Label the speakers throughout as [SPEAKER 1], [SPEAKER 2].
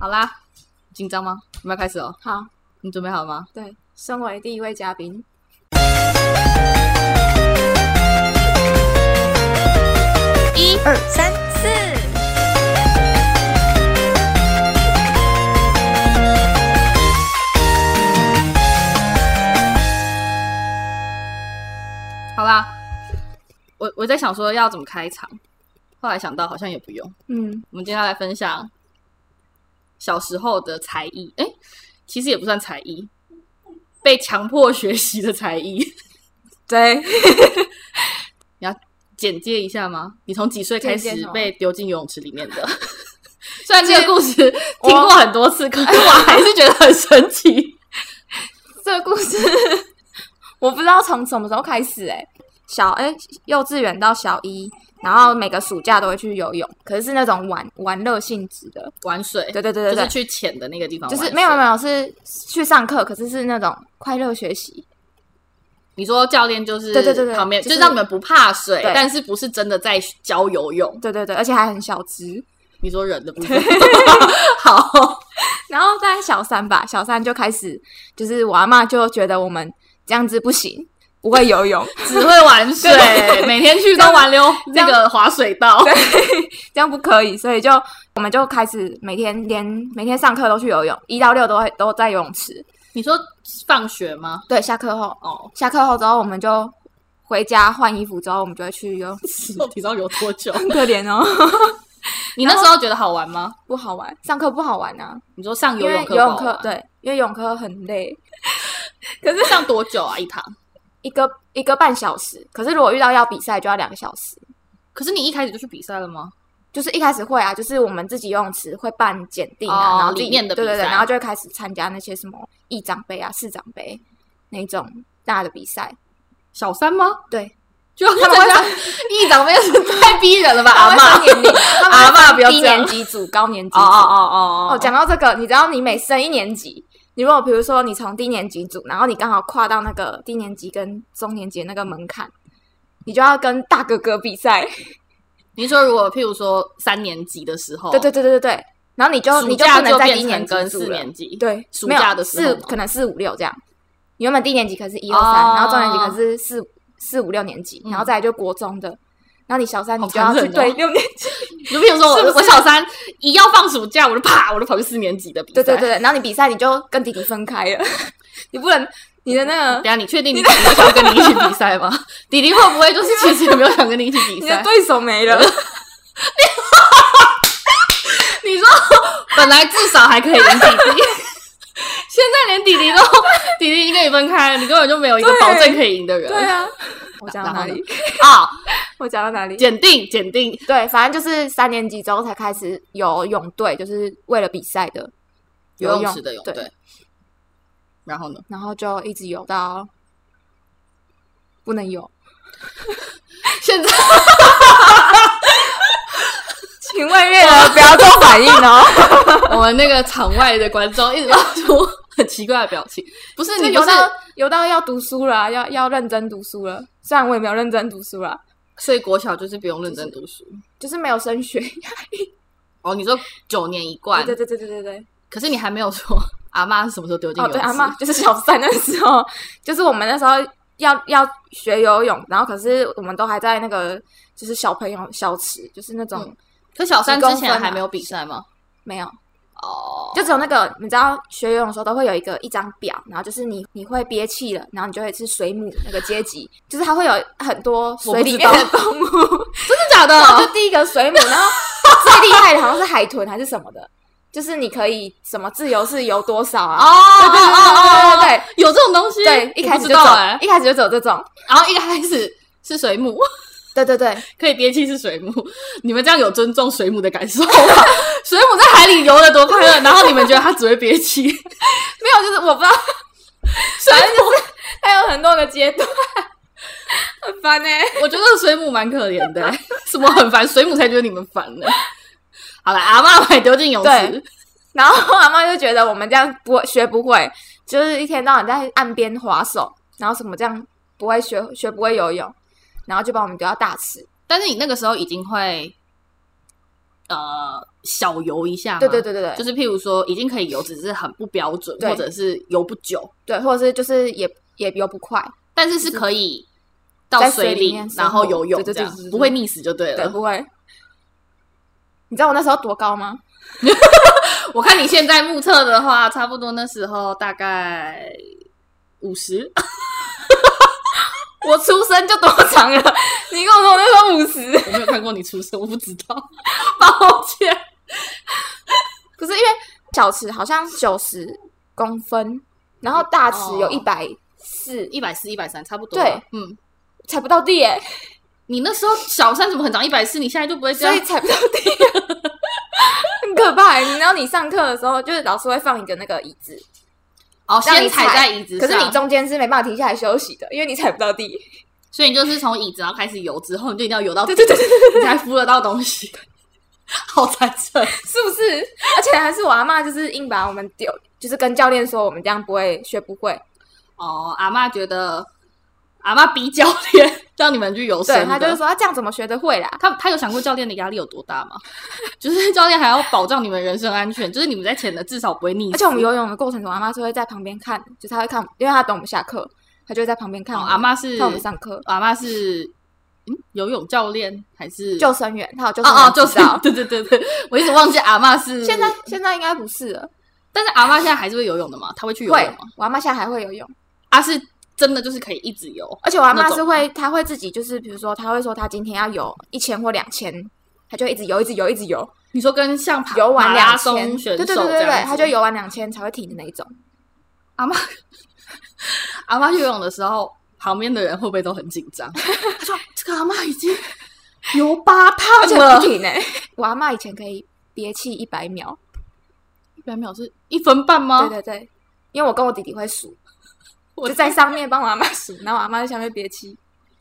[SPEAKER 1] 好啦，
[SPEAKER 2] 紧张吗？
[SPEAKER 1] 我们要开始哦，
[SPEAKER 2] 好，
[SPEAKER 1] 你准备好了吗？
[SPEAKER 2] 对，身为第一位嘉宾，
[SPEAKER 3] 一二三四，
[SPEAKER 1] 好啦，我我在想说要怎么开场，后来想到好像也不用。
[SPEAKER 2] 嗯，
[SPEAKER 1] 我们今天要来分享小时候的才艺，哎，其实也不算才艺，被强迫学习的才艺。
[SPEAKER 2] 对，
[SPEAKER 1] 你要简介一下吗？你从几岁开
[SPEAKER 2] 简介
[SPEAKER 1] 始
[SPEAKER 2] 什么
[SPEAKER 1] 被丢进游泳池里面 的？虽然这个故事听过很多次，可是我还是觉得很神奇。
[SPEAKER 2] 这个故事我不知道从什么时候开始、欸，小哎、幼稚园到小一，然后每个暑假都会去游泳，可是是那种玩玩乐性质的，
[SPEAKER 1] 玩水，
[SPEAKER 2] 对对对对
[SPEAKER 1] 就
[SPEAKER 2] 对
[SPEAKER 1] 是，去浅的那个地方
[SPEAKER 2] 就
[SPEAKER 1] 玩水，
[SPEAKER 2] 是没有没有是去上课，可是是那种快乐学习，
[SPEAKER 1] 你说教练就是
[SPEAKER 2] 对对对对
[SPEAKER 1] 旁边
[SPEAKER 2] 就
[SPEAKER 1] 就是让你们不怕水
[SPEAKER 2] 对，
[SPEAKER 1] 但是不是真的在教游泳？
[SPEAKER 2] 对对对，而且还很小只。
[SPEAKER 1] 你说人的部分，好，
[SPEAKER 2] 然后在小三吧，小三就开始，就是我阿妈就觉得我们这样子不行，不会游泳，
[SPEAKER 1] 只会 玩水，每天去都玩溜
[SPEAKER 2] 这
[SPEAKER 1] 那
[SPEAKER 2] 样
[SPEAKER 1] 个滑水道，
[SPEAKER 2] 这样不可以，所以就我们就开始每天连每天上课都去游泳，一到六都会都在游泳池。
[SPEAKER 1] 你说放学 吗？
[SPEAKER 2] 对，下课后，
[SPEAKER 1] 哦，
[SPEAKER 2] 下课后之后我们就回家换衣服之后，我们就会去游泳 池。
[SPEAKER 1] 到底要游多久？
[SPEAKER 2] 很可怜哦，
[SPEAKER 1] 你那时候觉得好玩吗？
[SPEAKER 2] 不好玩，上课不好玩啊，
[SPEAKER 1] 你说上
[SPEAKER 2] 因
[SPEAKER 1] 游
[SPEAKER 2] 为
[SPEAKER 1] 泳课
[SPEAKER 2] 游
[SPEAKER 1] 不好
[SPEAKER 2] 泳
[SPEAKER 1] 玩，
[SPEAKER 2] 课对，因为游泳课很累，
[SPEAKER 1] 可是上多久啊？一堂？
[SPEAKER 2] 一个一个半小时，可是如果遇到要比赛就要两个小时。
[SPEAKER 1] 可是你一开始就去比赛了吗？
[SPEAKER 2] 就是一开始会啊，就是我们自己游泳池会办检定啊，
[SPEAKER 1] 哦
[SPEAKER 2] 然后自己
[SPEAKER 1] 里面的比
[SPEAKER 2] 对对对，
[SPEAKER 1] 赛
[SPEAKER 2] 然后就会开始参加那些什么一长杯啊、市长杯那种大的比赛。
[SPEAKER 1] 小三吗？
[SPEAKER 2] 对，
[SPEAKER 1] 就他
[SPEAKER 2] 们会
[SPEAKER 1] 们一长辈是太逼人了吧？阿
[SPEAKER 2] 他
[SPEAKER 1] 妈
[SPEAKER 2] 们会分年龄，他们会
[SPEAKER 1] 阿嬷
[SPEAKER 2] 分
[SPEAKER 1] 不要
[SPEAKER 2] 低
[SPEAKER 1] 这样
[SPEAKER 2] 年级组、高年级
[SPEAKER 1] 哦
[SPEAKER 2] 组。
[SPEAKER 1] 哦哦哦
[SPEAKER 2] 哦，讲到这个，你知道你每升一年级，你如果比如说你从低年级组，然后你刚好跨到那个低年级跟中年级那个门槛，你就要跟大哥哥比赛。
[SPEAKER 1] 您说如果譬如说三年级的时候，
[SPEAKER 2] 对对对对对对，然后你就
[SPEAKER 1] 暑
[SPEAKER 2] 你就
[SPEAKER 1] 假
[SPEAKER 2] 不
[SPEAKER 1] 就
[SPEAKER 2] 能在
[SPEAKER 1] 变
[SPEAKER 2] 低
[SPEAKER 1] 成
[SPEAKER 2] 年级
[SPEAKER 1] 跟
[SPEAKER 2] 组
[SPEAKER 1] 四
[SPEAKER 2] 了
[SPEAKER 1] 年级，
[SPEAKER 2] 对，
[SPEAKER 1] 暑
[SPEAKER 2] 没有
[SPEAKER 1] 假的时候
[SPEAKER 2] 四
[SPEAKER 1] 吗
[SPEAKER 2] 可能四五六这样。你原本低年级可能是一二
[SPEAKER 1] 哦
[SPEAKER 2] 三，然后中年级可能是四四五六年级，
[SPEAKER 1] 嗯
[SPEAKER 2] 然后再来就国中的，然后你小三你
[SPEAKER 1] 好
[SPEAKER 2] 就要
[SPEAKER 1] 残
[SPEAKER 2] 去
[SPEAKER 1] 忍哦
[SPEAKER 2] 对六年级，
[SPEAKER 1] 就譬如说我
[SPEAKER 2] 是不是
[SPEAKER 1] 我小三一要放暑假，我就啪，我就跑去四年级的比赛。
[SPEAKER 2] 对对对，对然后你比赛你就跟弟弟分开 了，你不能你的那
[SPEAKER 1] 等一
[SPEAKER 2] 个
[SPEAKER 1] 下你确定你弟弟想跟你一起比赛吗？ 弟弟会不会就是其实也没有想跟你一起比
[SPEAKER 2] 你的
[SPEAKER 1] 赛？
[SPEAKER 2] 对手没了，
[SPEAKER 1] 你说本来至少还可以赢弟 弟，现在连弟弟都弟弟已经跟你分开了，你根本就没有一个
[SPEAKER 2] 对
[SPEAKER 1] 保证可以赢的人。
[SPEAKER 2] 对 啊，我讲到
[SPEAKER 1] 然
[SPEAKER 2] 哪
[SPEAKER 1] 后呢
[SPEAKER 2] 里？
[SPEAKER 1] 啊，
[SPEAKER 2] 我讲到哪里？
[SPEAKER 1] 检定检定，
[SPEAKER 2] 对，反正就是三年级之后才开始有泳队，就是为了比赛的
[SPEAKER 1] 游
[SPEAKER 2] 泳
[SPEAKER 1] 泳池的泳
[SPEAKER 2] 对
[SPEAKER 1] 队。然后呢？
[SPEAKER 2] 然后就一直游到不能游。
[SPEAKER 1] 现在
[SPEAKER 2] 请问月儿 不要做反应哦。
[SPEAKER 1] 我们那个场外的观众一直露出很奇怪的表情，不是
[SPEAKER 2] 就
[SPEAKER 1] 你
[SPEAKER 2] 游
[SPEAKER 1] 不是，
[SPEAKER 2] 到游到要读书了啊、要要认真读书了。虽然我也没有认真读书啦，
[SPEAKER 1] 所以国小就是不用认真读书。
[SPEAKER 2] 就是没有升学。
[SPEAKER 1] 哦，你说九年一贯
[SPEAKER 2] 对，对对对对对对。
[SPEAKER 1] 可是你还没有说阿妈是什么时候丢进
[SPEAKER 2] 哦，
[SPEAKER 1] 游泳
[SPEAKER 2] 对，
[SPEAKER 1] 池？
[SPEAKER 2] 阿妈就是小三的时候，就是我们那时候要要学游泳，然后可是我们都还在那个就是小朋友小池，就是那种、
[SPEAKER 1] 嗯可小三
[SPEAKER 2] 几公
[SPEAKER 1] 之
[SPEAKER 2] 分
[SPEAKER 1] 前还
[SPEAKER 2] 啊
[SPEAKER 1] 没有比赛吗？
[SPEAKER 2] 没有，
[SPEAKER 1] 哦，
[SPEAKER 2] 就只有那个你知道学游泳的时候都会有一个一张表，然后就是你你会憋气了，然后你就会是水母那个阶级，就是它会有很多
[SPEAKER 1] 我
[SPEAKER 2] 水
[SPEAKER 1] 不
[SPEAKER 2] 里
[SPEAKER 1] 知
[SPEAKER 2] 面
[SPEAKER 1] 道
[SPEAKER 2] 的动物。
[SPEAKER 1] 真的假
[SPEAKER 2] 然后就
[SPEAKER 1] 的？
[SPEAKER 2] 第一个水母，然后最厉害的好像是海豚还是什么的，就是你可以什么自由式游多少
[SPEAKER 1] 哦
[SPEAKER 2] 啊？
[SPEAKER 1] 哦
[SPEAKER 2] 对
[SPEAKER 1] 哦
[SPEAKER 2] 对对对对
[SPEAKER 1] 哦
[SPEAKER 2] 对对
[SPEAKER 1] 对，有这种东西？
[SPEAKER 2] 对，一开
[SPEAKER 1] 我
[SPEAKER 2] 始
[SPEAKER 1] 不
[SPEAKER 2] 就
[SPEAKER 1] 知
[SPEAKER 2] 走
[SPEAKER 1] 道哎，，
[SPEAKER 2] 一开始就走这种，
[SPEAKER 1] 然后一开始是水母，
[SPEAKER 2] 对对 对，
[SPEAKER 1] 可以憋气是水母，你们这样有尊重水母的感受吗？水母在海里游的多快乐，然后你们觉得它只会憋气，
[SPEAKER 2] 没有，就是我不知道，反正就是它有很多个阶段，很烦欸呢、
[SPEAKER 1] 我觉得水母蛮可怜的、欸 什么很烦，水母才觉得你们烦呢、好了，阿妈把你丢进泳池
[SPEAKER 2] 对， 然后阿妈就觉得我们这样不会学不会，就是一天到晚在岸边划手，然后什么这样不会学学不会游泳，然后就把我们丢到大池。
[SPEAKER 1] 但是你那个时候已经会呃小游一下吗？
[SPEAKER 2] 对对对对对，
[SPEAKER 1] 就是譬如说已经可以游，只是很不标准，
[SPEAKER 2] 对
[SPEAKER 1] 或者是游不久，
[SPEAKER 2] 对，或者是就是也也游不快，
[SPEAKER 1] 但是是可以到
[SPEAKER 2] 在水
[SPEAKER 1] 水
[SPEAKER 2] 里
[SPEAKER 1] 里
[SPEAKER 2] 面生
[SPEAKER 1] 然后
[SPEAKER 2] 活
[SPEAKER 1] 游泳，
[SPEAKER 2] 对对
[SPEAKER 1] 这
[SPEAKER 2] 对
[SPEAKER 1] 样
[SPEAKER 2] 对对对
[SPEAKER 1] 不会溺死就对
[SPEAKER 2] 对，
[SPEAKER 1] 了。
[SPEAKER 2] 不会。你知道我那时候多高吗？
[SPEAKER 1] 我看你现在目测的话，差不多那时候大概五十，
[SPEAKER 2] 我出生就多长了？你跟我说我那时候五十，
[SPEAKER 1] 我没有看过你出生，我不知道， 抱歉。
[SPEAKER 2] 不是因为小池好像九十公分，然后大池有
[SPEAKER 1] 哦
[SPEAKER 2] 一百四，
[SPEAKER 1] 一百四、一百三，差不多。
[SPEAKER 2] 对，
[SPEAKER 1] 嗯，
[SPEAKER 2] 踩不到地耶、
[SPEAKER 1] 你那时候小三怎么很长一百四？你现在就不会这
[SPEAKER 2] 所以
[SPEAKER 1] 样？
[SPEAKER 2] 踩不到地、 很可怕、欸。你知道你上课的时候，就是老师会放一个那个椅子，
[SPEAKER 1] 哦，
[SPEAKER 2] 让
[SPEAKER 1] 先
[SPEAKER 2] 你
[SPEAKER 1] 踩在椅子
[SPEAKER 2] 可
[SPEAKER 1] 上，
[SPEAKER 2] 是你中间是没办法停下来休息的，因为你踩不到 地。
[SPEAKER 1] 所以你就是从椅子然后开始游，之后你就一定要游到底，
[SPEAKER 2] 对对对对，
[SPEAKER 1] 你才扶 得到东西。好残忍！
[SPEAKER 2] 是不是？而且还是我阿妈，就是硬把我们丢，就是跟教练说我们这样不会学不会，
[SPEAKER 1] 哦，阿嬷觉得阿嬷逼教练让你们去游
[SPEAKER 2] 对
[SPEAKER 1] 深
[SPEAKER 2] 他
[SPEAKER 1] 的，
[SPEAKER 2] 就是说、啊、这样怎么学得会啦？
[SPEAKER 1] 他他有想过教练的压力有多大吗？ 就是教练还要保障你们人身安全，就是你们在潜的至少不会溺死。
[SPEAKER 2] 而且我们游泳的过程中，阿妈是会在旁边看，就是她会看，因为她等我们下课，她就会在旁边看
[SPEAKER 1] 哦
[SPEAKER 2] 我们、
[SPEAKER 1] 阿嬷是
[SPEAKER 2] 看我们上课，
[SPEAKER 1] 阿嬷是嗯游泳教练还是
[SPEAKER 2] 救生员，她有救
[SPEAKER 1] 哦
[SPEAKER 2] 生
[SPEAKER 1] 哦
[SPEAKER 2] 员
[SPEAKER 1] 就
[SPEAKER 2] 执
[SPEAKER 1] 是
[SPEAKER 2] 照
[SPEAKER 1] 对对对对，我一直忘记阿嬷是
[SPEAKER 2] 现在，现在应该不是了，
[SPEAKER 1] 但是阿嬷现在还是啊会游泳的嘛？她会去游泳
[SPEAKER 2] 会
[SPEAKER 1] 吗？，
[SPEAKER 2] 我阿妈现在还会游泳，
[SPEAKER 1] 啊，是真的就是可以一直游。
[SPEAKER 2] 而且我阿妈
[SPEAKER 1] 那种
[SPEAKER 2] 是会，她会自己就是，比如说她会说她今天要游一千或两千，她就一直游，一直游，一直游，
[SPEAKER 1] 你说跟像跑
[SPEAKER 2] 游完
[SPEAKER 1] 马拉
[SPEAKER 2] 两
[SPEAKER 1] 松
[SPEAKER 2] 千，
[SPEAKER 1] 选
[SPEAKER 2] 对
[SPEAKER 1] 手
[SPEAKER 2] 对对
[SPEAKER 1] 这
[SPEAKER 2] 对
[SPEAKER 1] 样
[SPEAKER 2] 对，她
[SPEAKER 1] 子
[SPEAKER 2] 就游完两千才会停的那一种。
[SPEAKER 1] 阿妈阿妈游泳的时候，旁边的人会不会都很紧张？他说：“这个阿妈已经游八
[SPEAKER 2] 而且
[SPEAKER 1] 趟
[SPEAKER 2] 不
[SPEAKER 1] 了，
[SPEAKER 2] 停呢、欸 我阿妈以前可以憋气一百秒，
[SPEAKER 1] 一百秒是一分半吗？”
[SPEAKER 2] 对对对，因为我跟我弟弟会数，
[SPEAKER 1] 啊 我
[SPEAKER 2] 就在上面帮我阿妈数，然后我阿妈在下面憋气。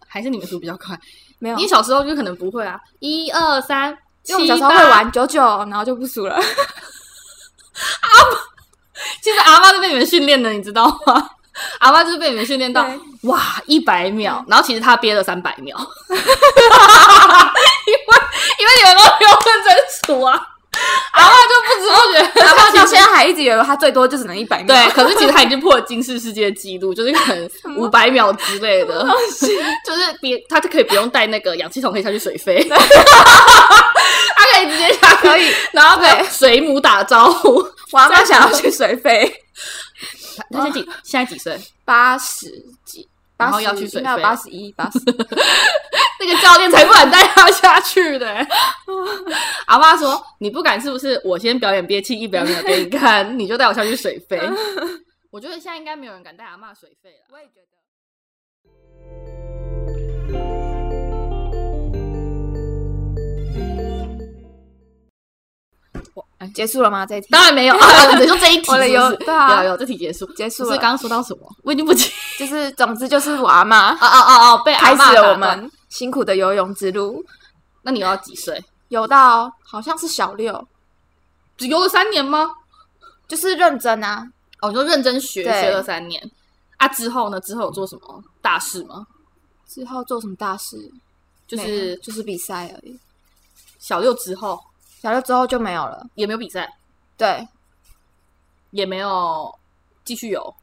[SPEAKER 1] 还是你们数比较快。
[SPEAKER 2] 没有，
[SPEAKER 1] 你
[SPEAKER 2] 因
[SPEAKER 1] 小时候就可能不会啊，一二三，
[SPEAKER 2] 为我们小
[SPEAKER 1] 七
[SPEAKER 2] 时候会
[SPEAKER 1] 八
[SPEAKER 2] 玩九九，然后就不数了。
[SPEAKER 1] 其实阿妈是被你们训练的，你知道吗？ 阿妈就是被你们训练到
[SPEAKER 2] 对嗯
[SPEAKER 1] 哇一百秒，然后其实她憋了三百秒， 因为因为你们都没有认真数啊，阿妈就不知不 觉，
[SPEAKER 2] 哦阿妈到现在还一直以为她最多就只能一百秒。
[SPEAKER 1] 对，可是其实她已经破了金氏世界纪录，就是可能五百秒之类的，
[SPEAKER 2] 哦
[SPEAKER 1] 就是比她就可以不用带那个氧气筒，可以下去水飞， 她可以直接下
[SPEAKER 2] 可以，
[SPEAKER 1] 然后跟水母打招呼。
[SPEAKER 2] 我阿妈想要去水费，
[SPEAKER 1] 她她现在几现在几岁？
[SPEAKER 2] 八十几，
[SPEAKER 1] 然
[SPEAKER 2] 八
[SPEAKER 1] 后
[SPEAKER 2] 十
[SPEAKER 1] 要去水费
[SPEAKER 2] 八十一、 八十。
[SPEAKER 1] 那个教练 才不敢带他下去的、欸 阿妈说：“你不敢是不是？我先表演憋气一百秒给你看，你就带我下去水 飞。”我觉得现在应该没有人敢带阿妈水飞了。
[SPEAKER 2] 我也觉得。
[SPEAKER 1] 哎
[SPEAKER 2] 结束了吗？这一题
[SPEAKER 1] 当然没有，啊、你说这一题
[SPEAKER 2] 我的
[SPEAKER 1] 是
[SPEAKER 2] 有
[SPEAKER 1] 不是
[SPEAKER 2] 对啊
[SPEAKER 1] 有有这题结束
[SPEAKER 2] 结束
[SPEAKER 1] 不
[SPEAKER 2] 了
[SPEAKER 1] 是刚刚说到什么？我已经不 记。
[SPEAKER 2] 就是，总之就是我 阿妈
[SPEAKER 1] 哦哦哦哦，被
[SPEAKER 2] 开
[SPEAKER 1] 阿嬷
[SPEAKER 2] 始了我
[SPEAKER 1] 打断。
[SPEAKER 2] 们辛苦的游泳之路，
[SPEAKER 1] 那你要几岁？
[SPEAKER 2] 游到好像是小六，
[SPEAKER 1] 只游了三年吗？
[SPEAKER 2] 就是认真啊，
[SPEAKER 1] 哦，你说认真学
[SPEAKER 2] 对
[SPEAKER 1] 学了三年啊？之后呢？之后有做什么大事吗？
[SPEAKER 2] 之后做什么大事？
[SPEAKER 1] 就
[SPEAKER 2] 没有
[SPEAKER 1] 是
[SPEAKER 2] 就是比赛而已。
[SPEAKER 1] 小六之后
[SPEAKER 2] 小六之后就没有了。
[SPEAKER 1] 也没有比赛，
[SPEAKER 2] 对，
[SPEAKER 1] 也没有继续游。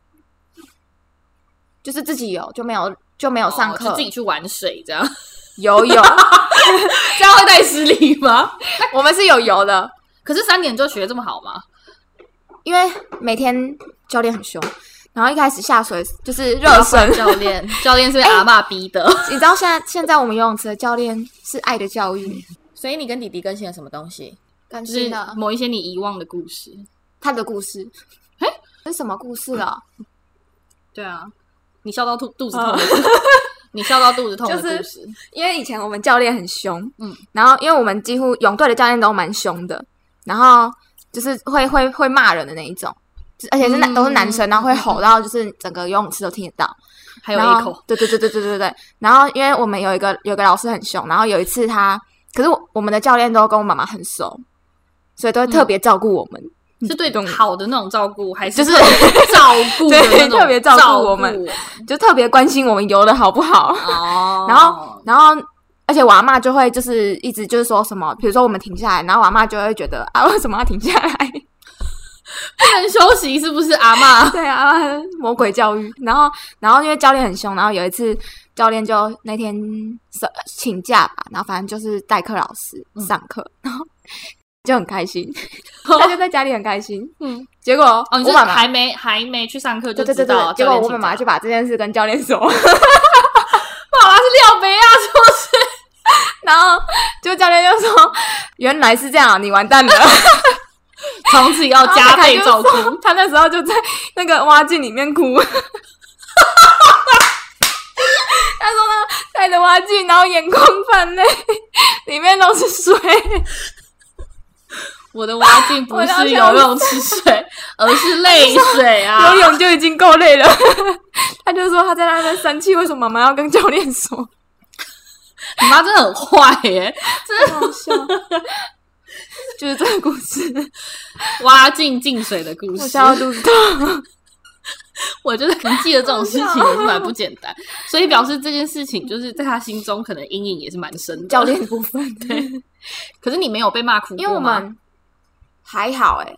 [SPEAKER 2] 就是自己游就没有就没有上课、
[SPEAKER 1] 哦就自己去玩水 这样，
[SPEAKER 2] 游泳。
[SPEAKER 1] 这样会太失礼吗？
[SPEAKER 2] 我们是有游的，
[SPEAKER 1] 可是三年就学这么好吗？
[SPEAKER 2] 因为每天教练很凶，然后一开始下水就是热身。
[SPEAKER 1] 啊教 练，教练是被阿嬷逼的。
[SPEAKER 2] 你知道现在现在我们游泳池的教练是爱的教育，
[SPEAKER 1] 所以你跟弟弟更新了什么东西？
[SPEAKER 2] 更
[SPEAKER 1] 就是
[SPEAKER 2] 新了
[SPEAKER 1] 某一些你遗忘的故事。
[SPEAKER 2] 他的故事。
[SPEAKER 1] 哎
[SPEAKER 2] 这是什么故事啊？
[SPEAKER 1] 对啊，你笑到肚肚子痛的故事， 你笑到肚子痛的故事。
[SPEAKER 2] 因为以前我们教练很凶，
[SPEAKER 1] 嗯
[SPEAKER 2] 嗯，然后因为我们几乎泳队的教练都蛮凶的，然后就是会会会骂人的那一种，就而且是男、
[SPEAKER 1] 嗯
[SPEAKER 2] 都是男生，然后会吼到就是整个游泳池都听得到，
[SPEAKER 1] 还有
[SPEAKER 2] 然后
[SPEAKER 1] 一口，
[SPEAKER 2] 对对对对对对对。然后因为我们有一个有一个老师很凶，然后有一次他，可是我我们的教练都跟我妈妈很熟，所以都会
[SPEAKER 1] 嗯
[SPEAKER 2] 特别照顾我们。
[SPEAKER 1] 是对
[SPEAKER 2] 懂
[SPEAKER 1] 好的那种照顾，还
[SPEAKER 2] 就是
[SPEAKER 1] 特别照顾的那
[SPEAKER 2] 对
[SPEAKER 1] 种
[SPEAKER 2] 特别照顾我们就特别关心我们游的好不好。
[SPEAKER 1] 哦。
[SPEAKER 2] 然后，然后，而而且我阿妈就会就是一直就是说什么，比如说我们停下来，然后我阿妈就会觉得啊，为什么要停下来？
[SPEAKER 1] 不能休息是不是？阿妈，
[SPEAKER 2] 对啊，魔鬼教育。然后，然后因为教练很凶，然后有一次教练就那天是请假吧，然后反正就是代课老师
[SPEAKER 1] 嗯
[SPEAKER 2] 上课，然后 就很 开心，他就在家里很开心。
[SPEAKER 1] 嗯，
[SPEAKER 2] 结果、
[SPEAKER 1] 哦，你
[SPEAKER 2] 我
[SPEAKER 1] 是
[SPEAKER 2] 妈妈
[SPEAKER 1] 还没还没去上课就
[SPEAKER 2] 对对
[SPEAKER 1] 知
[SPEAKER 2] 对
[SPEAKER 1] 道
[SPEAKER 2] 对，
[SPEAKER 1] 教
[SPEAKER 2] 结果
[SPEAKER 1] 练
[SPEAKER 2] 我
[SPEAKER 1] 请
[SPEAKER 2] 妈妈
[SPEAKER 1] 假
[SPEAKER 2] 就把这件事跟教练说，
[SPEAKER 1] 爸爸是廖梅啊，是不是？
[SPEAKER 2] 然后就教练就说原来是这样啊，你完蛋了。
[SPEAKER 1] 从此
[SPEAKER 2] 哦
[SPEAKER 1] 要加倍照顾。
[SPEAKER 2] 他那时候就在那个蛙镜里面哭。 他说他戴着蛙镜，然后眼眶泛泪，里面都是水。
[SPEAKER 1] 我的蛙镜不是游泳池水，而是泪水啊
[SPEAKER 2] 游！泳就已经够累了，他就说他在那边生气，为什么妈妈要跟教练 说？
[SPEAKER 1] 你妈真的很坏耶！
[SPEAKER 2] 好笑，就是这个故事，
[SPEAKER 1] 蛙镜进水的故
[SPEAKER 2] 我
[SPEAKER 1] 事，
[SPEAKER 2] 笑到肚子痛。
[SPEAKER 1] 我觉得能记得这种事情也是蛮不简单，所以表示这件事情就是在他心中可能阴影也是蛮深的。
[SPEAKER 2] 教，练部分，
[SPEAKER 1] 可是你没有被骂哭过吗，
[SPEAKER 2] 因为我们还好哎、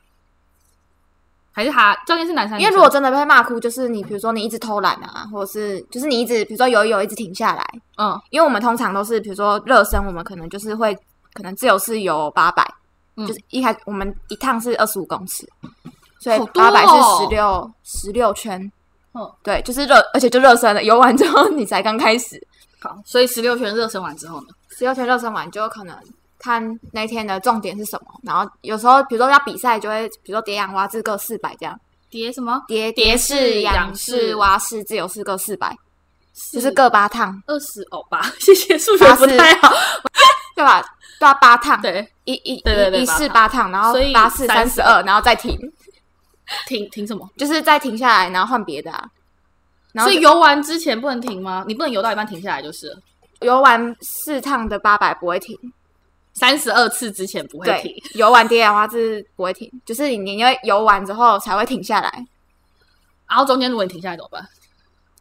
[SPEAKER 1] 还是他教练是男生还是女生，
[SPEAKER 2] 因为如果真的被骂哭，就是你比如说你一直偷懒啊，或者是就是你一直比如说游一游一直停下来，
[SPEAKER 1] 嗯
[SPEAKER 2] 因为我们通常都是比如说热身，我们可能就是会可能自由式游八百、
[SPEAKER 1] 嗯
[SPEAKER 2] 就是一开始我们一趟是二十五公尺，所以
[SPEAKER 1] 好多
[SPEAKER 2] 八百是
[SPEAKER 1] 哦
[SPEAKER 2] 十六十六圈。
[SPEAKER 1] 嗯
[SPEAKER 2] 对，就是热，而且就热身了。游完之后，你才刚开始，
[SPEAKER 1] 好，所以十六圈热身完之后呢，
[SPEAKER 2] 十六圈热身完，就可能看那天的重点是什么。然后有时候，比如说要比赛，就会比如说蝶氧蛙式各四百这样，
[SPEAKER 1] 叠什么？
[SPEAKER 2] 蝶
[SPEAKER 1] 蝶
[SPEAKER 2] 蝶
[SPEAKER 1] 式
[SPEAKER 2] 式、
[SPEAKER 1] 仰
[SPEAKER 2] 仰式、
[SPEAKER 1] 式
[SPEAKER 2] 蛙式、自由式各四百，
[SPEAKER 1] 就
[SPEAKER 2] 就
[SPEAKER 1] 是
[SPEAKER 2] 各八趟，
[SPEAKER 1] 二十欧吧， 谢谢数学不太好。
[SPEAKER 2] 对吧？对啊，八趟，
[SPEAKER 1] 对，
[SPEAKER 2] 一一
[SPEAKER 1] 对对对
[SPEAKER 2] 一一
[SPEAKER 1] 八
[SPEAKER 2] 四
[SPEAKER 1] 趟
[SPEAKER 2] 八趟，然后
[SPEAKER 1] 所以
[SPEAKER 2] 八四三十二，然后再停，
[SPEAKER 1] 停停什么？
[SPEAKER 2] 就是再停下来，然后换别的、啊。然后
[SPEAKER 1] 所以
[SPEAKER 2] 就
[SPEAKER 1] 游完之前不能停吗？你不能游到一半停下来就是了。
[SPEAKER 2] 游完四趟的八百不会停，
[SPEAKER 1] 三十二次之前不会停
[SPEAKER 2] 对。，游完蝶氧蛙是不会停，就是你你因为游完之后才会停下来，
[SPEAKER 1] 然后中间如果你停下来怎么办？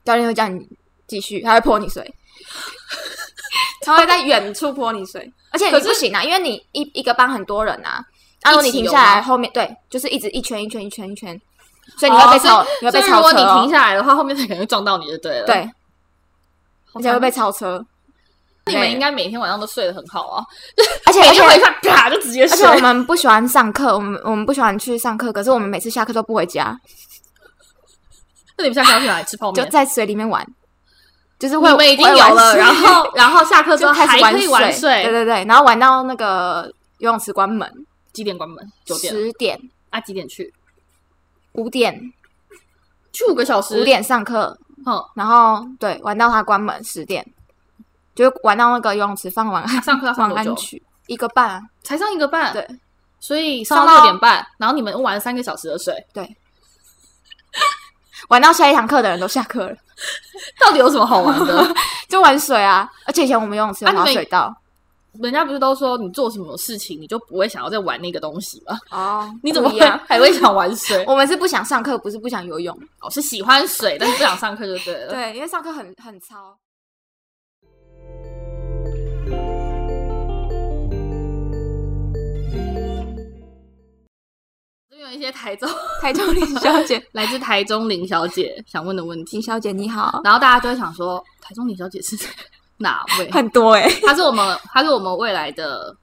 [SPEAKER 2] 教练会叫你继续，他会泼你 水，他会在远处泼你水，而且你
[SPEAKER 1] 可是
[SPEAKER 2] 不行啊，因为你一一个班很多人啊，然后
[SPEAKER 1] 一
[SPEAKER 2] 你
[SPEAKER 1] 起
[SPEAKER 2] 停
[SPEAKER 1] 游
[SPEAKER 2] 下来，
[SPEAKER 1] 吗
[SPEAKER 2] 后面对，就是一直一圈一圈一圈一圈，所以你会被超，
[SPEAKER 1] 哦
[SPEAKER 2] 你会被
[SPEAKER 1] 所以
[SPEAKER 2] 超车、哦。
[SPEAKER 1] 如果你停下来的话，后面的人会撞到你就对了。，
[SPEAKER 2] 对，而且会被超车。
[SPEAKER 1] 你们应该每天晚上都睡得很好啊，
[SPEAKER 2] 而且
[SPEAKER 1] 每
[SPEAKER 2] 而且
[SPEAKER 1] 天回去啪就直接
[SPEAKER 2] 而
[SPEAKER 1] 睡
[SPEAKER 2] 且。我们不喜欢上课，我们我们不喜欢去上课，可是我们每次下课都不回家，
[SPEAKER 1] 那你们下课要去哪里吃泡
[SPEAKER 2] 就
[SPEAKER 1] 面？
[SPEAKER 2] 在水里面玩，就是
[SPEAKER 1] 我
[SPEAKER 2] 会
[SPEAKER 1] 哦们已经
[SPEAKER 2] 会玩
[SPEAKER 1] 有了，
[SPEAKER 2] 水
[SPEAKER 1] 然 后然后下课之
[SPEAKER 2] 就
[SPEAKER 1] 后
[SPEAKER 2] 开
[SPEAKER 1] 还
[SPEAKER 2] 始
[SPEAKER 1] 可以玩
[SPEAKER 2] 水，对
[SPEAKER 1] 水。
[SPEAKER 2] 对对，然后玩到那个游泳池关门，
[SPEAKER 1] 几点关门？九点
[SPEAKER 2] 十点、
[SPEAKER 1] 啊？几点去？
[SPEAKER 2] 五点、
[SPEAKER 1] 去五个小时。
[SPEAKER 2] 五。点上课，
[SPEAKER 1] 嗯，
[SPEAKER 2] 然后对玩到它关门十点，就玩到那个游泳池 放晚安
[SPEAKER 1] 上课要上多
[SPEAKER 2] 晚安
[SPEAKER 1] 久？
[SPEAKER 2] 曲一个半啊，
[SPEAKER 1] 才上一个半。
[SPEAKER 2] 对。
[SPEAKER 1] 所以上到
[SPEAKER 2] 上
[SPEAKER 1] 六
[SPEAKER 2] 到
[SPEAKER 1] 点半，然后你们玩了三个小时的 水，
[SPEAKER 2] 玩到下一堂课的人都下课了，
[SPEAKER 1] 到底有什么好玩的？
[SPEAKER 2] 就玩水啊，而且以前我们游泳池有
[SPEAKER 1] 啊你
[SPEAKER 2] 滑
[SPEAKER 1] 们
[SPEAKER 2] 水道。
[SPEAKER 1] 人家不是都说你做什么事情你就不会想要再玩那个东西 吗？
[SPEAKER 2] 哦，
[SPEAKER 1] 你怎么
[SPEAKER 2] 不一
[SPEAKER 1] 会
[SPEAKER 2] 样？哦
[SPEAKER 1] 还会想玩水？
[SPEAKER 2] 我们是不想上课，不是不想游泳。
[SPEAKER 1] 我是喜欢水，但是不想上课就对了。，
[SPEAKER 2] 对，因为上课很很超。
[SPEAKER 1] 这边有一些台中
[SPEAKER 2] 台中林小姐，
[SPEAKER 1] 来自台中林小姐想问的问题，
[SPEAKER 2] 林小姐你好，
[SPEAKER 1] 然后大家就会想说，台中林小姐是哪位？
[SPEAKER 2] 很多哎、
[SPEAKER 1] 她是我们，她是我们未来的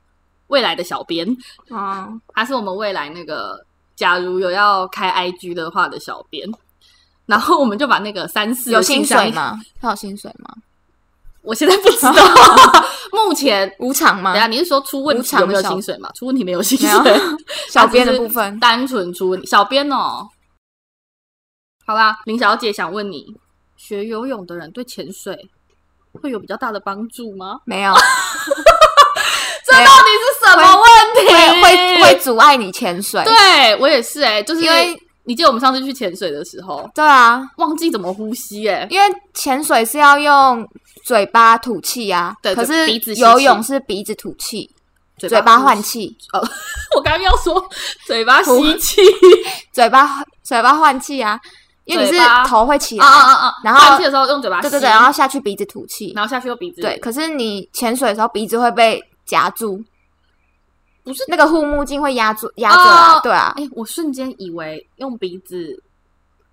[SPEAKER 1] 未来的小编，
[SPEAKER 2] 哦，
[SPEAKER 1] 她是我们未来那个假如有要开 IG 的话的小编。然后我们就把那个三四
[SPEAKER 2] 有
[SPEAKER 1] 的信
[SPEAKER 2] 薪
[SPEAKER 1] 箱
[SPEAKER 2] 水？吗？她有薪水吗？
[SPEAKER 1] 我现在不 知道，目前
[SPEAKER 2] 无偿吗
[SPEAKER 1] 等一？下，你是说出问
[SPEAKER 2] 无
[SPEAKER 1] 题
[SPEAKER 2] 偿
[SPEAKER 1] 啊有没有
[SPEAKER 2] 小
[SPEAKER 1] 薪水 嘛？出问题没有啊薪水
[SPEAKER 2] 没有，小编
[SPEAKER 1] 它
[SPEAKER 2] 的
[SPEAKER 1] 只是
[SPEAKER 2] 部分，
[SPEAKER 1] 单纯出问题。小编哦，好啦，林小姐想问你，学游泳的人对潜水会有比较大的帮助吗？
[SPEAKER 2] 没 有，
[SPEAKER 1] 这到底是什么问题？
[SPEAKER 2] 会会会阻碍你潜水。
[SPEAKER 1] 对我也是哎、就是
[SPEAKER 2] 因为
[SPEAKER 1] 你记得我们上次去潜水的时候，
[SPEAKER 2] 对啊，
[SPEAKER 1] 忘记怎么呼吸哎、
[SPEAKER 2] 因为潜水是要用嘴巴吐气啊，
[SPEAKER 1] 对
[SPEAKER 2] 可
[SPEAKER 1] 嘴
[SPEAKER 2] 是
[SPEAKER 1] 鼻子吸
[SPEAKER 2] 游
[SPEAKER 1] 气
[SPEAKER 2] 泳是鼻子吐气，
[SPEAKER 1] 嘴
[SPEAKER 2] 嘴巴
[SPEAKER 1] 呼
[SPEAKER 2] 换
[SPEAKER 1] 吸。
[SPEAKER 2] 气，
[SPEAKER 1] 我刚刚要说嘴巴吸气，
[SPEAKER 2] 嘴巴嘴巴换气啊。因为你是
[SPEAKER 1] 嘴巴
[SPEAKER 2] 头会起来，
[SPEAKER 1] 啊啊啊啊！
[SPEAKER 2] 然后
[SPEAKER 1] 换气的时候用嘴巴吸，
[SPEAKER 2] 对对对，然后下去鼻子吐气，
[SPEAKER 1] 然后下去用鼻子，
[SPEAKER 2] 对。，可是你潜水的时候鼻子会被夹住，
[SPEAKER 1] 不是
[SPEAKER 2] 那个护目镜会压住压着啊，
[SPEAKER 1] 哦
[SPEAKER 2] 对啊，
[SPEAKER 1] 哎、我瞬间以为用鼻子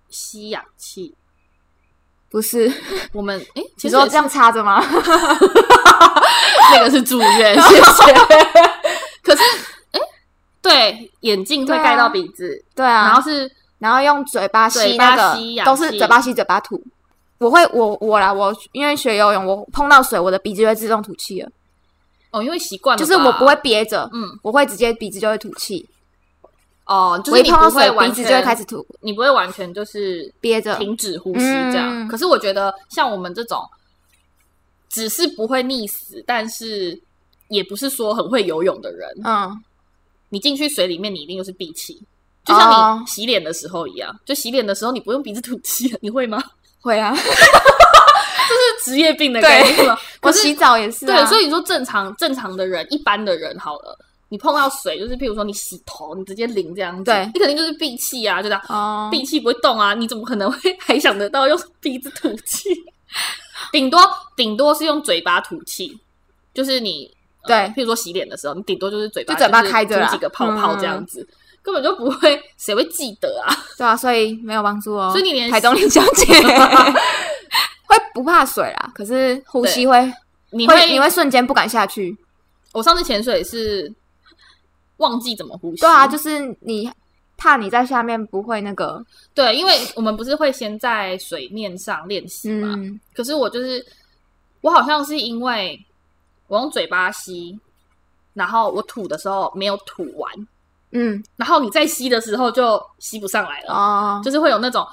[SPEAKER 1] 吸氧气。
[SPEAKER 2] 不是，
[SPEAKER 1] 我们哎，
[SPEAKER 2] 你
[SPEAKER 1] 其实
[SPEAKER 2] 说这样插着吗？
[SPEAKER 1] 那个是住院，谢谢。 可是哎，对，眼镜会
[SPEAKER 2] 对啊
[SPEAKER 1] 盖到鼻子，
[SPEAKER 2] 对啊，
[SPEAKER 1] 然后是
[SPEAKER 2] 然后用嘴巴吸那
[SPEAKER 1] 嘴巴
[SPEAKER 2] 个，
[SPEAKER 1] 吸氧气
[SPEAKER 2] 都是嘴巴吸嘴巴吐。我会我我啦，我因为学游泳，我碰到水，我的鼻子就会自动吐气了，
[SPEAKER 1] 哦，因为习惯了
[SPEAKER 2] 就
[SPEAKER 1] 吧，
[SPEAKER 2] 是我不会憋着，
[SPEAKER 1] 嗯
[SPEAKER 2] 我会直接鼻子就会吐气，
[SPEAKER 1] 哦，就
[SPEAKER 2] 我
[SPEAKER 1] 是
[SPEAKER 2] 一
[SPEAKER 1] 你
[SPEAKER 2] 碰到
[SPEAKER 1] 不会
[SPEAKER 2] 水，
[SPEAKER 1] 完
[SPEAKER 2] 鼻子
[SPEAKER 1] 全
[SPEAKER 2] 就会开始吐，
[SPEAKER 1] 你不会完全就是
[SPEAKER 2] 憋着
[SPEAKER 1] 停止呼吸这样。
[SPEAKER 2] 嗯
[SPEAKER 1] 可是我觉得像我们这种，只是不会溺死，但是也不是说很会游泳的人，
[SPEAKER 2] 嗯，
[SPEAKER 1] 你进去水里面，你一定就是闭气。就像你
[SPEAKER 2] 哦
[SPEAKER 1] 洗脸的时候一样就洗脸的时候你不用鼻子吐气，你会吗？
[SPEAKER 2] 会啊。
[SPEAKER 1] 这是职业病的概念吗？
[SPEAKER 2] 我
[SPEAKER 1] 可是
[SPEAKER 2] 洗澡也是、啊，
[SPEAKER 1] 对，所
[SPEAKER 2] 以
[SPEAKER 1] 以你说正常正常的人，一般的人好了，你碰到水，就是譬如说你洗头，你直接淋这样子，
[SPEAKER 2] 对
[SPEAKER 1] 你肯定就是闭气啊，就这样，
[SPEAKER 2] 哦，
[SPEAKER 1] 闭气不会动啊，你怎么可能会还想得到用鼻子吐 气？顶多顶多是用嘴巴吐气，就是你呃
[SPEAKER 2] 对
[SPEAKER 1] 譬如说洗脸的时候，你顶多就是嘴巴
[SPEAKER 2] 就嘴巴
[SPEAKER 1] 是
[SPEAKER 2] 开着啦啊嗯
[SPEAKER 1] 吐几个泡泡这样子。根本就不会，谁会记得啊？
[SPEAKER 2] 对啊，所以没有帮助哦。
[SPEAKER 1] 所以你连
[SPEAKER 2] 台中林小姐 会不怕水啦，可是呼吸会
[SPEAKER 1] 你
[SPEAKER 2] 会
[SPEAKER 1] 会，
[SPEAKER 2] 你会瞬间不敢下去。
[SPEAKER 1] 我上次潜水是忘记怎么呼吸。
[SPEAKER 2] 对啊，就是你怕你在下面不会那个，
[SPEAKER 1] 对，因为我们不是会先在水面上练习嘛。
[SPEAKER 2] 嗯
[SPEAKER 1] 可是我就是，我好像是因为我用嘴巴吸，然后我吐的时候没有吐完，
[SPEAKER 2] 嗯
[SPEAKER 1] 然后你再吸的时候就吸不上来了，
[SPEAKER 2] 哦，
[SPEAKER 1] 就是会有那种。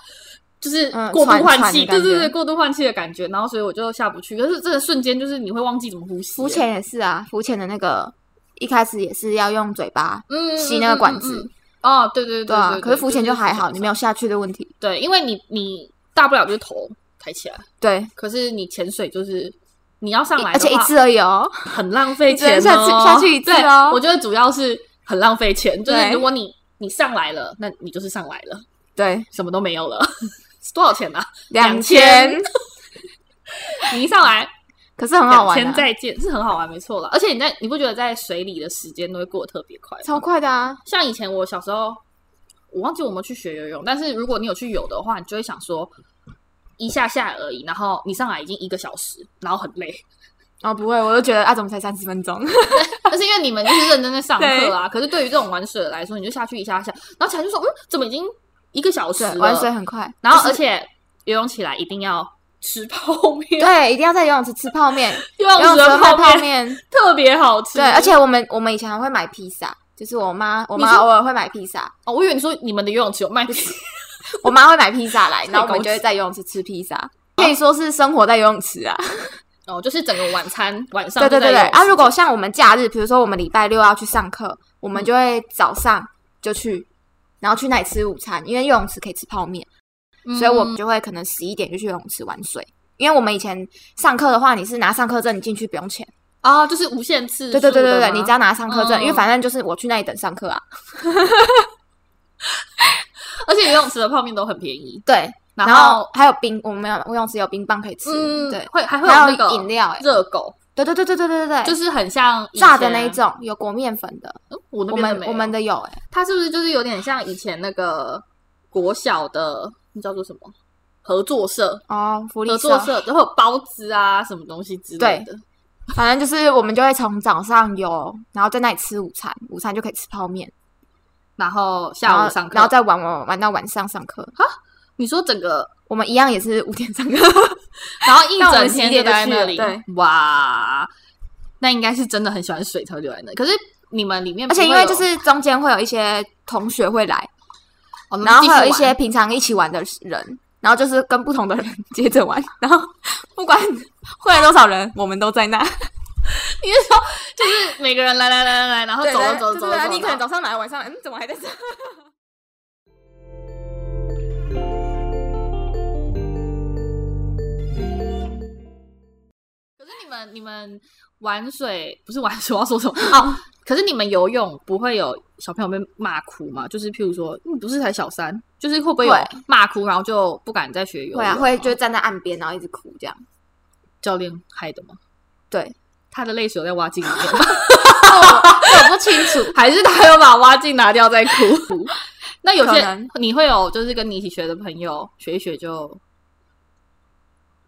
[SPEAKER 1] 就是
[SPEAKER 2] 嗯
[SPEAKER 1] 过度
[SPEAKER 2] 喘
[SPEAKER 1] 换
[SPEAKER 2] 喘
[SPEAKER 1] 气，
[SPEAKER 2] 的
[SPEAKER 1] 对
[SPEAKER 2] 感
[SPEAKER 1] 对对，
[SPEAKER 2] 觉
[SPEAKER 1] 过度换气的感觉，然后所以我就下不去。可是这个瞬间就是你会忘记怎么呼吸，
[SPEAKER 2] 浮潜也是啊，浮潜的那个一开始也是要用嘴巴
[SPEAKER 1] 嗯，嗯，
[SPEAKER 2] 吸那个管
[SPEAKER 1] 嗯。嗯
[SPEAKER 2] 子
[SPEAKER 1] 嗯，哦，对对对
[SPEAKER 2] 对
[SPEAKER 1] 对
[SPEAKER 2] 啊
[SPEAKER 1] 对。
[SPEAKER 2] 可是浮潜就还好，你没
[SPEAKER 1] 有
[SPEAKER 2] 有下去的问题。
[SPEAKER 1] 对，因为你你大不了就是头抬起来，
[SPEAKER 2] 对，
[SPEAKER 1] 可是你潜水就是你要上来
[SPEAKER 2] 而
[SPEAKER 1] 的话，
[SPEAKER 2] 且一次而已哦。
[SPEAKER 1] 很浪费钱、哦，
[SPEAKER 2] 你只能下去下去一次哦
[SPEAKER 1] 对我觉得主要是很浪费钱，就是
[SPEAKER 2] 对
[SPEAKER 1] 如果你你上来了，那你就是上来了，
[SPEAKER 2] 对，
[SPEAKER 1] 什么都没有了， 多少钱啊？
[SPEAKER 2] 两
[SPEAKER 1] 千，你一上来
[SPEAKER 2] 可是很好
[SPEAKER 1] 两
[SPEAKER 2] 玩
[SPEAKER 1] 千
[SPEAKER 2] 啊，
[SPEAKER 1] 再见，是很好玩，没错了。而且你在你不觉得在水里的时间都会过得特别快吗？
[SPEAKER 2] 超快的啊。
[SPEAKER 1] 像以前我小时候，我忘记我们去学游泳，但是如果你有去游的话，你就会想说一下下而已，然后你上来已经一个小时，然后很累。
[SPEAKER 2] 哦，不会，我就觉得啊，怎么才三十分钟？
[SPEAKER 1] 但是因为你们就是认真在上课啊，可是对于这种玩水的来说，你就下去一下下，然后起来就说，嗯，怎么已经一个小时
[SPEAKER 2] 对，
[SPEAKER 1] 了？
[SPEAKER 2] 玩水很快，
[SPEAKER 1] 然后
[SPEAKER 2] 就
[SPEAKER 1] 而
[SPEAKER 2] 是
[SPEAKER 1] 且游泳起来一定要吃泡 面，
[SPEAKER 2] 对，一定要在游泳池吃 泡面，
[SPEAKER 1] 游
[SPEAKER 2] 游
[SPEAKER 1] 泳
[SPEAKER 2] 泳
[SPEAKER 1] 池
[SPEAKER 2] 池
[SPEAKER 1] 的
[SPEAKER 2] 会卖泡
[SPEAKER 1] 面
[SPEAKER 2] 面，
[SPEAKER 1] 特别好吃。
[SPEAKER 2] 对，而且我们我们以前还会买披萨，就是我妈我
[SPEAKER 1] 你是
[SPEAKER 2] 妈偶尔会买披 萨，
[SPEAKER 1] 哦，我以为你说你们的游泳池有卖，
[SPEAKER 2] 我妈会买披萨来，然后我
[SPEAKER 1] 高
[SPEAKER 2] 们就会
[SPEAKER 1] 级
[SPEAKER 2] 在游泳池吃披萨，可以说是生活在游泳池啊。
[SPEAKER 1] 哦，就是整个晚餐晚上
[SPEAKER 2] 对对
[SPEAKER 1] 就在
[SPEAKER 2] 对对
[SPEAKER 1] 游泳池嗯
[SPEAKER 2] 啊！如果像我们假日，比如说我们礼拜六要去上课，我们就会早上就去，然后去那里吃午餐，因为游泳池可以吃泡面，
[SPEAKER 1] 嗯
[SPEAKER 2] 所以我们就会可能十一点就去游泳池玩水。因为我们以前上课的话，你是拿上课证，你进去不用钱。
[SPEAKER 1] 啊，就是无限次数
[SPEAKER 2] 对
[SPEAKER 1] 的吗，
[SPEAKER 2] 对对对对，你只要拿上课
[SPEAKER 1] 嗯
[SPEAKER 2] 证，因为反正就是我去那里等上课啊。
[SPEAKER 1] 而且游泳池的泡面都很便宜，
[SPEAKER 2] 对，
[SPEAKER 1] 然
[SPEAKER 2] 然
[SPEAKER 1] 后
[SPEAKER 2] 后还有冰，我们有游泳池有冰棒可以吃，
[SPEAKER 1] 嗯，
[SPEAKER 2] 对，
[SPEAKER 1] 会还会
[SPEAKER 2] 还
[SPEAKER 1] 那个
[SPEAKER 2] 有饮料，哎，
[SPEAKER 1] 热狗，
[SPEAKER 2] 对对对对对对对对，
[SPEAKER 1] 就是很像以
[SPEAKER 2] 炸的
[SPEAKER 1] 前
[SPEAKER 2] 那一。种，有裹面粉的，
[SPEAKER 1] 嗯我那
[SPEAKER 2] 我
[SPEAKER 1] 边的
[SPEAKER 2] 们
[SPEAKER 1] 没
[SPEAKER 2] 我
[SPEAKER 1] 有
[SPEAKER 2] 们的有哎、
[SPEAKER 1] 它是不是就是有点像以前那个国小的那叫做什么合作社？
[SPEAKER 2] 哦，福利
[SPEAKER 1] 合作社，然后有包子啊，什么东西之类的。
[SPEAKER 2] 反正就是我们就会从早上游，然后在那里吃午餐，午餐就可以吃泡面，
[SPEAKER 1] 然后
[SPEAKER 2] 然
[SPEAKER 1] 下
[SPEAKER 2] 后
[SPEAKER 1] 午上课，
[SPEAKER 2] 然后再玩玩玩到晚上上课，
[SPEAKER 1] 你说整个，
[SPEAKER 2] 我们一样也是五点 上课，
[SPEAKER 1] 然后一
[SPEAKER 2] 但我
[SPEAKER 1] 整
[SPEAKER 2] 们
[SPEAKER 1] 天
[SPEAKER 2] 洗衣
[SPEAKER 1] 就
[SPEAKER 2] 服
[SPEAKER 1] 待在那里
[SPEAKER 2] 也是，
[SPEAKER 1] 哇，那应该是真的很喜欢水才会留在那里。可是你们里面不
[SPEAKER 2] 而
[SPEAKER 1] 会
[SPEAKER 2] 且
[SPEAKER 1] 有，
[SPEAKER 2] 因为就是中间会有一些同学会来，
[SPEAKER 1] 哦，
[SPEAKER 2] 然后
[SPEAKER 1] 继续
[SPEAKER 2] 还有一些
[SPEAKER 1] 玩
[SPEAKER 2] 平常一起玩的人，然后就是跟不同的人 接着玩，然后不管会了多少人，我们都在 那。
[SPEAKER 1] 你是说 就是每个人来来来来来，然后走走走走走走，
[SPEAKER 2] 你可能早上来，晚上嗯，怎么还在 这？
[SPEAKER 1] 可是你们你们玩水不是玩水，我要说什么？哦， 可是你们游泳不会有小朋友被骂哭吗？就是譬如说，你不是才小三，就是会不会有
[SPEAKER 2] 会
[SPEAKER 1] 骂哭，然后就不敢再学游泳？
[SPEAKER 2] 会啊，会就站在岸边，然后一直哭这样。
[SPEAKER 1] 教练害的吗？
[SPEAKER 2] 对，
[SPEAKER 1] 他的泪水有在挖镜里面吗，哦
[SPEAKER 2] 我不清楚，
[SPEAKER 1] 还是他有把挖镜拿掉再哭？ 那有
[SPEAKER 2] 可
[SPEAKER 1] 些
[SPEAKER 2] 能
[SPEAKER 1] 你会有就是跟你一起学的朋友学一学就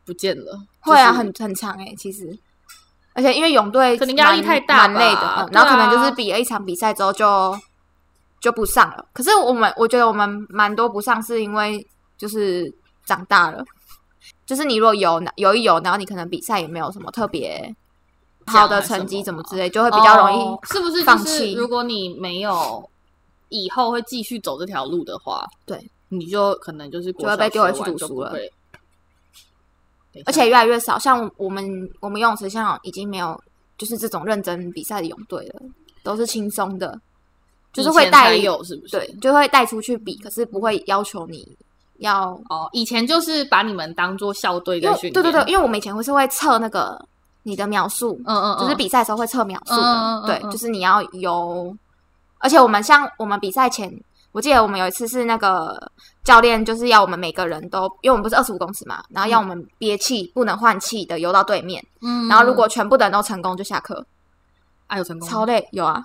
[SPEAKER 1] 不见了，
[SPEAKER 2] 会啊，
[SPEAKER 1] 就是
[SPEAKER 2] 很很长哎、其实。而且因为泳队
[SPEAKER 1] 可能压力
[SPEAKER 2] 蛮
[SPEAKER 1] 太大吧
[SPEAKER 2] 蛮累的、嗯
[SPEAKER 1] 对啊
[SPEAKER 2] 然后可能就是比了一场比赛之后就就不上了。可是我们我觉得我们蛮多不上是因为就是长大了，就是你如果游游一游，然后你可能比赛也没有什么特别好的成绩，怎么之类，就会比较容易、
[SPEAKER 1] 哦是不是？就
[SPEAKER 2] 放
[SPEAKER 1] 是
[SPEAKER 2] 弃
[SPEAKER 1] 如果你没有以后会继续走这条路的话，
[SPEAKER 2] 对，
[SPEAKER 1] 你就可能就是国
[SPEAKER 2] 就会被
[SPEAKER 1] 小
[SPEAKER 2] 丢回
[SPEAKER 1] 学
[SPEAKER 2] 去
[SPEAKER 1] 完
[SPEAKER 2] 读
[SPEAKER 1] 就
[SPEAKER 2] 书
[SPEAKER 1] 不
[SPEAKER 2] 了
[SPEAKER 1] 会。等一
[SPEAKER 2] 而
[SPEAKER 1] 下
[SPEAKER 2] 且越来越少。像我们我们游泳池现在已经没有就是这种认真比赛的泳队了，都是轻松的，就是
[SPEAKER 1] 以
[SPEAKER 2] 会
[SPEAKER 1] 前才
[SPEAKER 2] 带
[SPEAKER 1] 有，是不是？
[SPEAKER 2] 对，就会带出去比，可是不会要求你要。
[SPEAKER 1] 哦，以前就是把你们当做校队
[SPEAKER 2] 因
[SPEAKER 1] 在
[SPEAKER 2] 为
[SPEAKER 1] 训
[SPEAKER 2] 对
[SPEAKER 1] 练，
[SPEAKER 2] 对对，，因为我们以前会是会测那个你的秒数，
[SPEAKER 1] 嗯嗯，嗯
[SPEAKER 2] 就是比赛的时候会测秒数
[SPEAKER 1] 嗯
[SPEAKER 2] 的，
[SPEAKER 1] 嗯嗯
[SPEAKER 2] 对，
[SPEAKER 1] 嗯
[SPEAKER 2] 就是你要游。而且我们像我们比赛前，我记得我们有一次是那个教练就是要我们每个人都，因为我们不是二十五公尺嘛，然后要我们憋气，不能换气的游到对面，
[SPEAKER 1] 嗯，
[SPEAKER 2] 然后如果全部的人都成功就下课，
[SPEAKER 1] 哎有成功，
[SPEAKER 2] 超 累，有啊，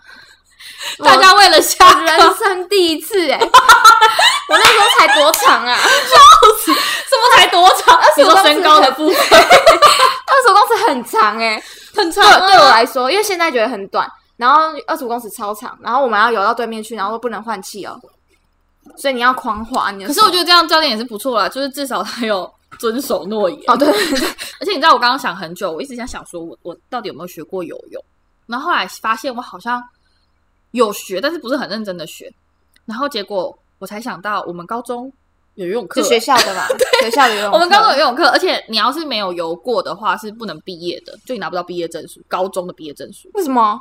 [SPEAKER 1] 大家为了下
[SPEAKER 2] 我人生第一次 哎、我那时候才多长啊，
[SPEAKER 1] 什么才多长？你说身高的部分
[SPEAKER 2] 二十五公尺很长哎、
[SPEAKER 1] 很长
[SPEAKER 2] 对
[SPEAKER 1] 啊，
[SPEAKER 2] 对我来说，因为现在觉得很短，然后二十五公尺超长，然后我们要游到对面去，然后不能换气哦，所以你要狂滑你的
[SPEAKER 1] 可
[SPEAKER 2] 手，
[SPEAKER 1] 是我觉得这样教练也是不错啦，就是至少他有遵守诺言。
[SPEAKER 2] 哦对，
[SPEAKER 1] 而且你知道，我刚刚想很久，我一直想想说我我到底有没有学过游泳，然后后来发现我好像有学，但是不是很认真的学，然后结果我才想到我们高中有游泳课欸
[SPEAKER 2] 就，学校 的嘛，学校的游泳课，
[SPEAKER 1] 我们高中有游泳课，而且你要是没有游过的话是不能毕业的，就你拿不到毕业证书，高中的毕业证书，
[SPEAKER 2] 为什么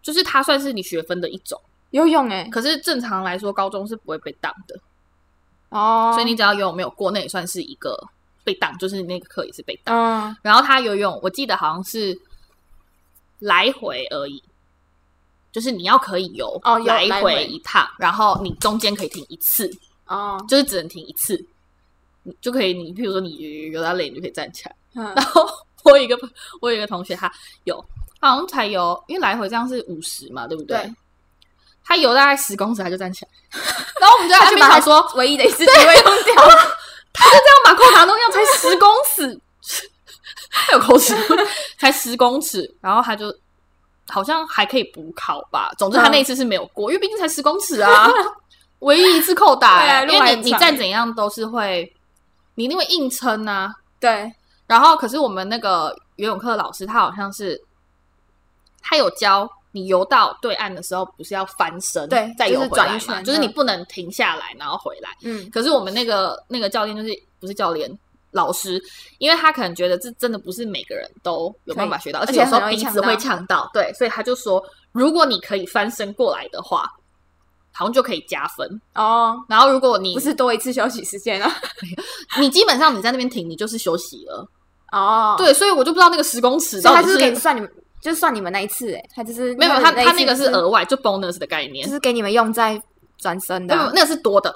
[SPEAKER 1] 就是它算是你学分的一种，
[SPEAKER 2] 游泳哎、
[SPEAKER 1] 可是正常来说高中是不会被当的，
[SPEAKER 2] 哦，
[SPEAKER 1] 所以你只要游泳没有过，那也算是一个被当，就是那个课也是被当。
[SPEAKER 2] 嗯
[SPEAKER 1] 然后他游泳，我记得好像是来回而已，就是你要可以游
[SPEAKER 2] 哦有
[SPEAKER 1] 来
[SPEAKER 2] 来
[SPEAKER 1] 回
[SPEAKER 2] 回
[SPEAKER 1] 一趟，然后你中间可以停一次，
[SPEAKER 2] 哦
[SPEAKER 1] 就是只能停一次，你就可以你譬如说你游游游到累，你就可以站起来。
[SPEAKER 2] 嗯
[SPEAKER 1] 然后我有一个朋我有一个同学，他有他好像才游，因为来回这样是五十嘛，对不对？
[SPEAKER 2] 对
[SPEAKER 1] 他游大概十公尺，他就站起来，然后我们就在
[SPEAKER 2] 他
[SPEAKER 1] 那
[SPEAKER 2] 就
[SPEAKER 1] 边
[SPEAKER 2] 把
[SPEAKER 1] 想
[SPEAKER 2] 他
[SPEAKER 1] 说，
[SPEAKER 2] 唯一的一次机会用掉，
[SPEAKER 1] 这样把扣打弄掉才十公尺，还有口齿， 才十公尺，然后他就好像还可以补考吧。总之他
[SPEAKER 2] 嗯
[SPEAKER 1] 那一次是没有过，因为毕竟才十公尺啊，唯一一次扣打、欸
[SPEAKER 2] 对啊
[SPEAKER 1] 因
[SPEAKER 2] 路还
[SPEAKER 1] 为
[SPEAKER 2] 很
[SPEAKER 1] 你你
[SPEAKER 2] 长
[SPEAKER 1] 再怎样都是会，你一定会硬撑啊。
[SPEAKER 2] 对，
[SPEAKER 1] 然后可是我们那个游泳课的老师他好像是，他有教。你游到对岸的时候，不是要翻身，
[SPEAKER 2] 对
[SPEAKER 1] 再
[SPEAKER 2] 就
[SPEAKER 1] 游
[SPEAKER 2] 是
[SPEAKER 1] 回
[SPEAKER 2] 转
[SPEAKER 1] 来嘛
[SPEAKER 2] 一圈
[SPEAKER 1] 就是你
[SPEAKER 2] 嗯
[SPEAKER 1] 不能停下来，然后回来。
[SPEAKER 2] 嗯
[SPEAKER 1] 可是我们那个那个教练就是不是教练老师，因为他可能觉得这真的不是每个人都有办法学到，而
[SPEAKER 2] 以
[SPEAKER 1] 且有时
[SPEAKER 2] 而且很
[SPEAKER 1] 候
[SPEAKER 2] 容易
[SPEAKER 1] 鼻子会呛到，对，所以他就说，如果你可以翻身过来的话，好像就可以加分。
[SPEAKER 2] 哦，
[SPEAKER 1] 然后如果你
[SPEAKER 2] 不是多一次休息时间啊，
[SPEAKER 1] 你基本上你在那边停，你就是休息了。
[SPEAKER 2] 哦，
[SPEAKER 1] 对，所以我就不知道那个十公尺
[SPEAKER 2] 所
[SPEAKER 1] 到
[SPEAKER 2] 以他
[SPEAKER 1] 底
[SPEAKER 2] 就是是给你算你们，就是算你们那一次、欸，他就是
[SPEAKER 1] 没有没有
[SPEAKER 2] 他
[SPEAKER 1] 他他那个是
[SPEAKER 2] 额，
[SPEAKER 1] 额外就 bonus 的概念
[SPEAKER 2] 就，是给你们用在转身的
[SPEAKER 1] 没有
[SPEAKER 2] 啊、
[SPEAKER 1] 没有那个是多的，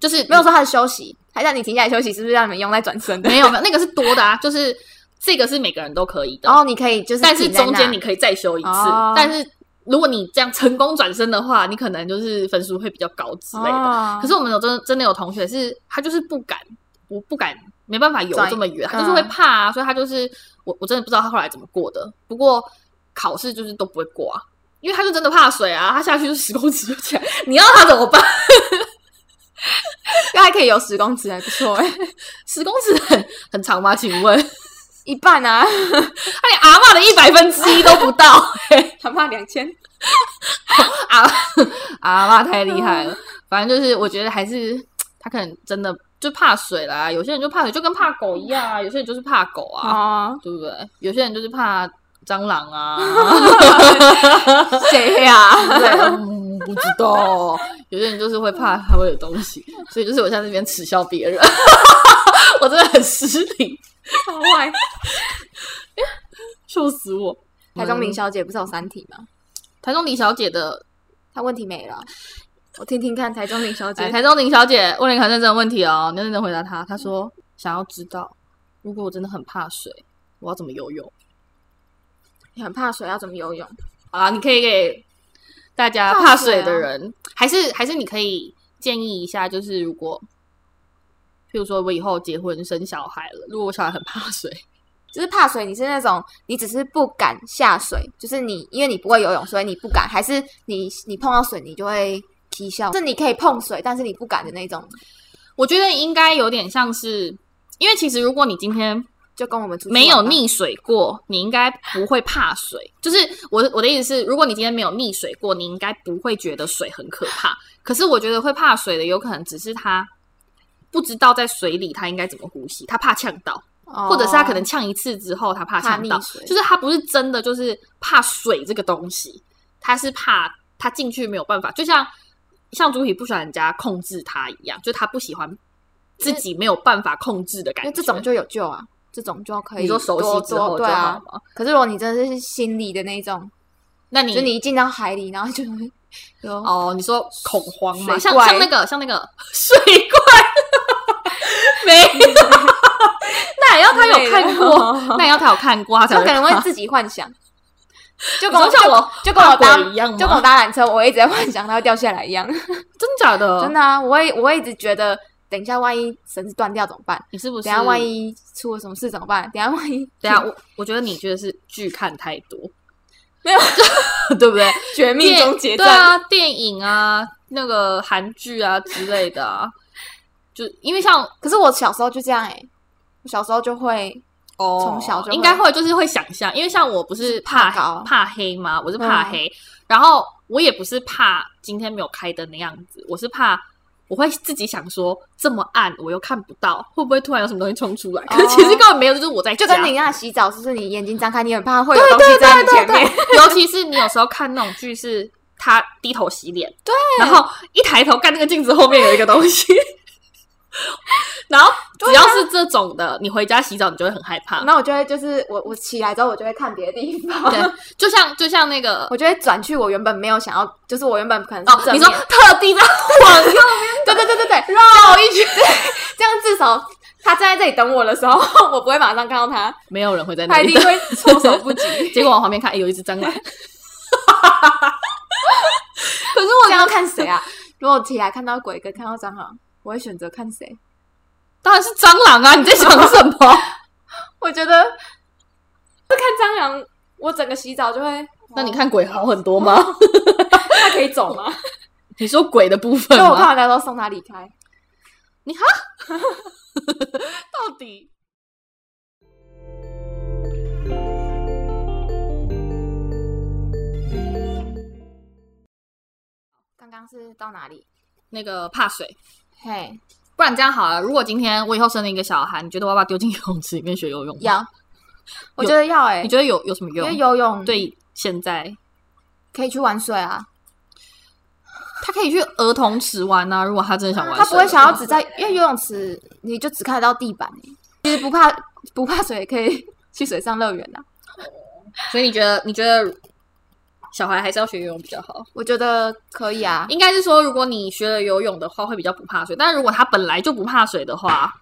[SPEAKER 1] 就是
[SPEAKER 2] 没有说他的休息，还让你停下来休息，是不是让你们用在转身的？
[SPEAKER 1] 没有没有那个是多的啊，就是这个是每个人都可以的。
[SPEAKER 2] 然后你可以就是
[SPEAKER 1] 但
[SPEAKER 2] 停
[SPEAKER 1] 是
[SPEAKER 2] 在那，
[SPEAKER 1] 中间你可以再修一次。
[SPEAKER 2] 哦
[SPEAKER 1] 但是如果你这样成功转身的话，你可能就是分数会比较高之类的。
[SPEAKER 2] 哦
[SPEAKER 1] 可是我们有真的真的有同学是，他就是不敢，我不敢，没办法游
[SPEAKER 2] 转嗯
[SPEAKER 1] 这么远，他就是会怕啊，所以他就是我我真的不知道他后来怎么过的。不过考试就是都不会过啊，因为他就真的怕水啊，他下去就十公尺就起来，你要他怎么办？
[SPEAKER 2] 还可以游十公尺，还
[SPEAKER 1] 欸
[SPEAKER 2] 不错哎、
[SPEAKER 1] 十公尺很很长吗？请问， 他
[SPEAKER 2] 一 半啊，
[SPEAKER 1] 连阿嬷的一百分之一都不到、欸。
[SPEAKER 2] 他怕两千，
[SPEAKER 1] 阿阿妈啊太厉害了，反正就是我觉得还是他可能真的就怕水啦，有些人就怕水，就跟怕狗一样啊，有些人就是怕狗啊，
[SPEAKER 2] 哦，
[SPEAKER 1] 对不对？有些人就是怕蟑螂啊，
[SPEAKER 2] 谁呀、
[SPEAKER 1] 对，嗯不知道，有些人就是会怕它会有东西，所以就是我在那边耻笑别人， 我真的很失礼，
[SPEAKER 2] 超
[SPEAKER 1] 嗯
[SPEAKER 2] 坏。
[SPEAKER 1] 笑死我。
[SPEAKER 2] 台中林小姐不是有三体吗？
[SPEAKER 1] 台中李小姐的，
[SPEAKER 2] 她问题没了，我听听看台中林小姐
[SPEAKER 1] 哎，。台中林小姐问了一个很认真的问题哦，你要认真回答她。她说想要知道，如果我真的很怕水，我要怎么游泳？
[SPEAKER 2] 你很怕水，要怎么游泳？
[SPEAKER 1] 好啦，你可以给大家怕
[SPEAKER 2] 怕水
[SPEAKER 1] 水
[SPEAKER 2] 啊
[SPEAKER 1] 的人，还是还是你可以建议一下，就是如果，譬如说我以后结婚生小孩了，如果我小孩很怕水，
[SPEAKER 2] 就是怕水，你是那种你只是不敢下水，就是你因为你不会游泳，所以你不敢，还是你你碰到水你就会啼笑？是你可以碰水，但是你不敢的那种，
[SPEAKER 1] 我觉得应该有点像是，因为其实如果你今天
[SPEAKER 2] 就跟我们出去
[SPEAKER 1] 没有
[SPEAKER 2] 玩啊吧
[SPEAKER 1] 溺水过，你应该不会怕水。就是我我的意思是，如果你今天没有溺水过，你应该不会觉得水很可怕。可是我觉得会怕水的，有可能只是他不知道在水里他应该怎么呼吸，他怕呛到，
[SPEAKER 2] 哦
[SPEAKER 1] 或者是他可能呛一次之后他怕呛到
[SPEAKER 2] 怕溺水，
[SPEAKER 1] 就是他不是真的就是怕水这个东西，他是怕他进去没有办法，就像像朱体不喜欢人家控制他一样，就他不喜欢。自己没有办法控制的感
[SPEAKER 2] 因为
[SPEAKER 1] 觉，
[SPEAKER 2] 这种就有救啊，这种就可以
[SPEAKER 1] 你说熟悉之后
[SPEAKER 2] 多多
[SPEAKER 1] 就
[SPEAKER 2] 对
[SPEAKER 1] 好
[SPEAKER 2] 啊
[SPEAKER 1] 吗。？
[SPEAKER 2] 可是如果你真的是心理的那一种，
[SPEAKER 1] 那你
[SPEAKER 2] 就是你一进到海里，然后就会有
[SPEAKER 1] 哦，你说恐慌吗？
[SPEAKER 2] 水
[SPEAKER 1] 像
[SPEAKER 2] 怪
[SPEAKER 1] 像那个像那个 水怪，没有，那也要他有看
[SPEAKER 2] 之类
[SPEAKER 1] 过，
[SPEAKER 2] 的
[SPEAKER 1] 那也要他有看过，他才
[SPEAKER 2] 就可能会
[SPEAKER 1] 怕
[SPEAKER 2] 自己 幻想，就
[SPEAKER 1] 你
[SPEAKER 2] 跟
[SPEAKER 1] 说
[SPEAKER 2] 我
[SPEAKER 1] 像我
[SPEAKER 2] 就就跟我搭
[SPEAKER 1] 怕鬼一样吗
[SPEAKER 2] 就跟我搭缆车，我会一直在幻想它会掉下来一样。
[SPEAKER 1] 真假的，
[SPEAKER 2] 真的啊，我会我会一直觉得，等一下万一绳子断掉怎么办？
[SPEAKER 1] 你是不是？
[SPEAKER 2] 等一下万一出了什么事怎么办？等一下万一
[SPEAKER 1] 等一下我我觉得你觉得是剧看太多，
[SPEAKER 2] 没有
[SPEAKER 1] 对不对？
[SPEAKER 2] 绝
[SPEAKER 1] 电对啊，电影啊，那个韩剧啊之类的啊，就因为像
[SPEAKER 2] 可是我小时候就这样哎、我小时候就会
[SPEAKER 1] 哦
[SPEAKER 2] 从小就会
[SPEAKER 1] 应该会就是会想象，因为像我不是怕
[SPEAKER 2] 怕高嗯
[SPEAKER 1] 怕黑吗？我是怕黑，然后我也不是怕今天没有开灯的样子，我是怕。我会自己想说，这么暗我又看不到，会不会突然有什么东西冲出来？ 可是其实根本没有，就是我在
[SPEAKER 2] 哦就
[SPEAKER 1] 家
[SPEAKER 2] 跟你那洗澡，就是你眼睛张开，你很怕会有东 西在你前面。
[SPEAKER 1] 尤其是你有时候看那种剧，是他低头洗脸，对，然后一抬头看那个镜子后面有一个东西， 然后只要是这种的，你回家洗澡你就会很害怕。
[SPEAKER 2] 那我就会就是我我起来之后，我就会看别的地方，
[SPEAKER 1] 对， 就像就像那个
[SPEAKER 2] 我就会转去我原本没有想要，就是我原本可能是
[SPEAKER 1] 哦，
[SPEAKER 2] 正
[SPEAKER 1] 你
[SPEAKER 2] 面
[SPEAKER 1] 说特地在往右
[SPEAKER 2] 对对对对对，
[SPEAKER 1] 绕一圈，
[SPEAKER 2] 这样至少他站在这里等我的时候， 我不会马上看到他，
[SPEAKER 1] 没有人会在那
[SPEAKER 2] 他一
[SPEAKER 1] 里
[SPEAKER 2] 定会措手不 及。
[SPEAKER 1] 结果往旁边看，哎，有一只蟑 螂。可是我
[SPEAKER 2] 这样要看谁啊？ 如果起来看到鬼跟看到蟑螂，我会选择看谁？
[SPEAKER 1] 当然是蟑螂啊！你在想什么？
[SPEAKER 2] 我觉得不看蟑螂，我整个洗澡就会。
[SPEAKER 1] 那你看鬼好很多吗？
[SPEAKER 2] 他可以走 吗？
[SPEAKER 1] 你说鬼的部分
[SPEAKER 2] 所以我看
[SPEAKER 1] 吗？
[SPEAKER 2] 完他都送他离开。
[SPEAKER 1] 到底
[SPEAKER 2] 刚刚是到哪里？
[SPEAKER 1] 那个怕水，
[SPEAKER 2] 嘿，
[SPEAKER 1] 不然这样好了。如果今天我以后生了一个小孩，你觉得我要把他丢进游泳池里面学游泳吗？
[SPEAKER 2] 要，我觉得要哎、
[SPEAKER 1] 你觉得有有什么
[SPEAKER 2] 因
[SPEAKER 1] 用？
[SPEAKER 2] 为游泳
[SPEAKER 1] 对现在
[SPEAKER 2] 可以去玩水啊，
[SPEAKER 1] 他可以去儿童池玩啊，如果他真的想玩水
[SPEAKER 2] 他
[SPEAKER 1] 的话，
[SPEAKER 2] 不会想要只在，因为游泳池你就只看得到地板、欸，其实不怕不怕水，也可以去水上乐园啊。
[SPEAKER 1] 所以你觉得你觉得小孩还是要学游泳比较好？
[SPEAKER 2] 我觉得可以啊，
[SPEAKER 1] 应该是说，如果你学了游泳的话，会比较不怕水。但是如果他本来就不怕水的话，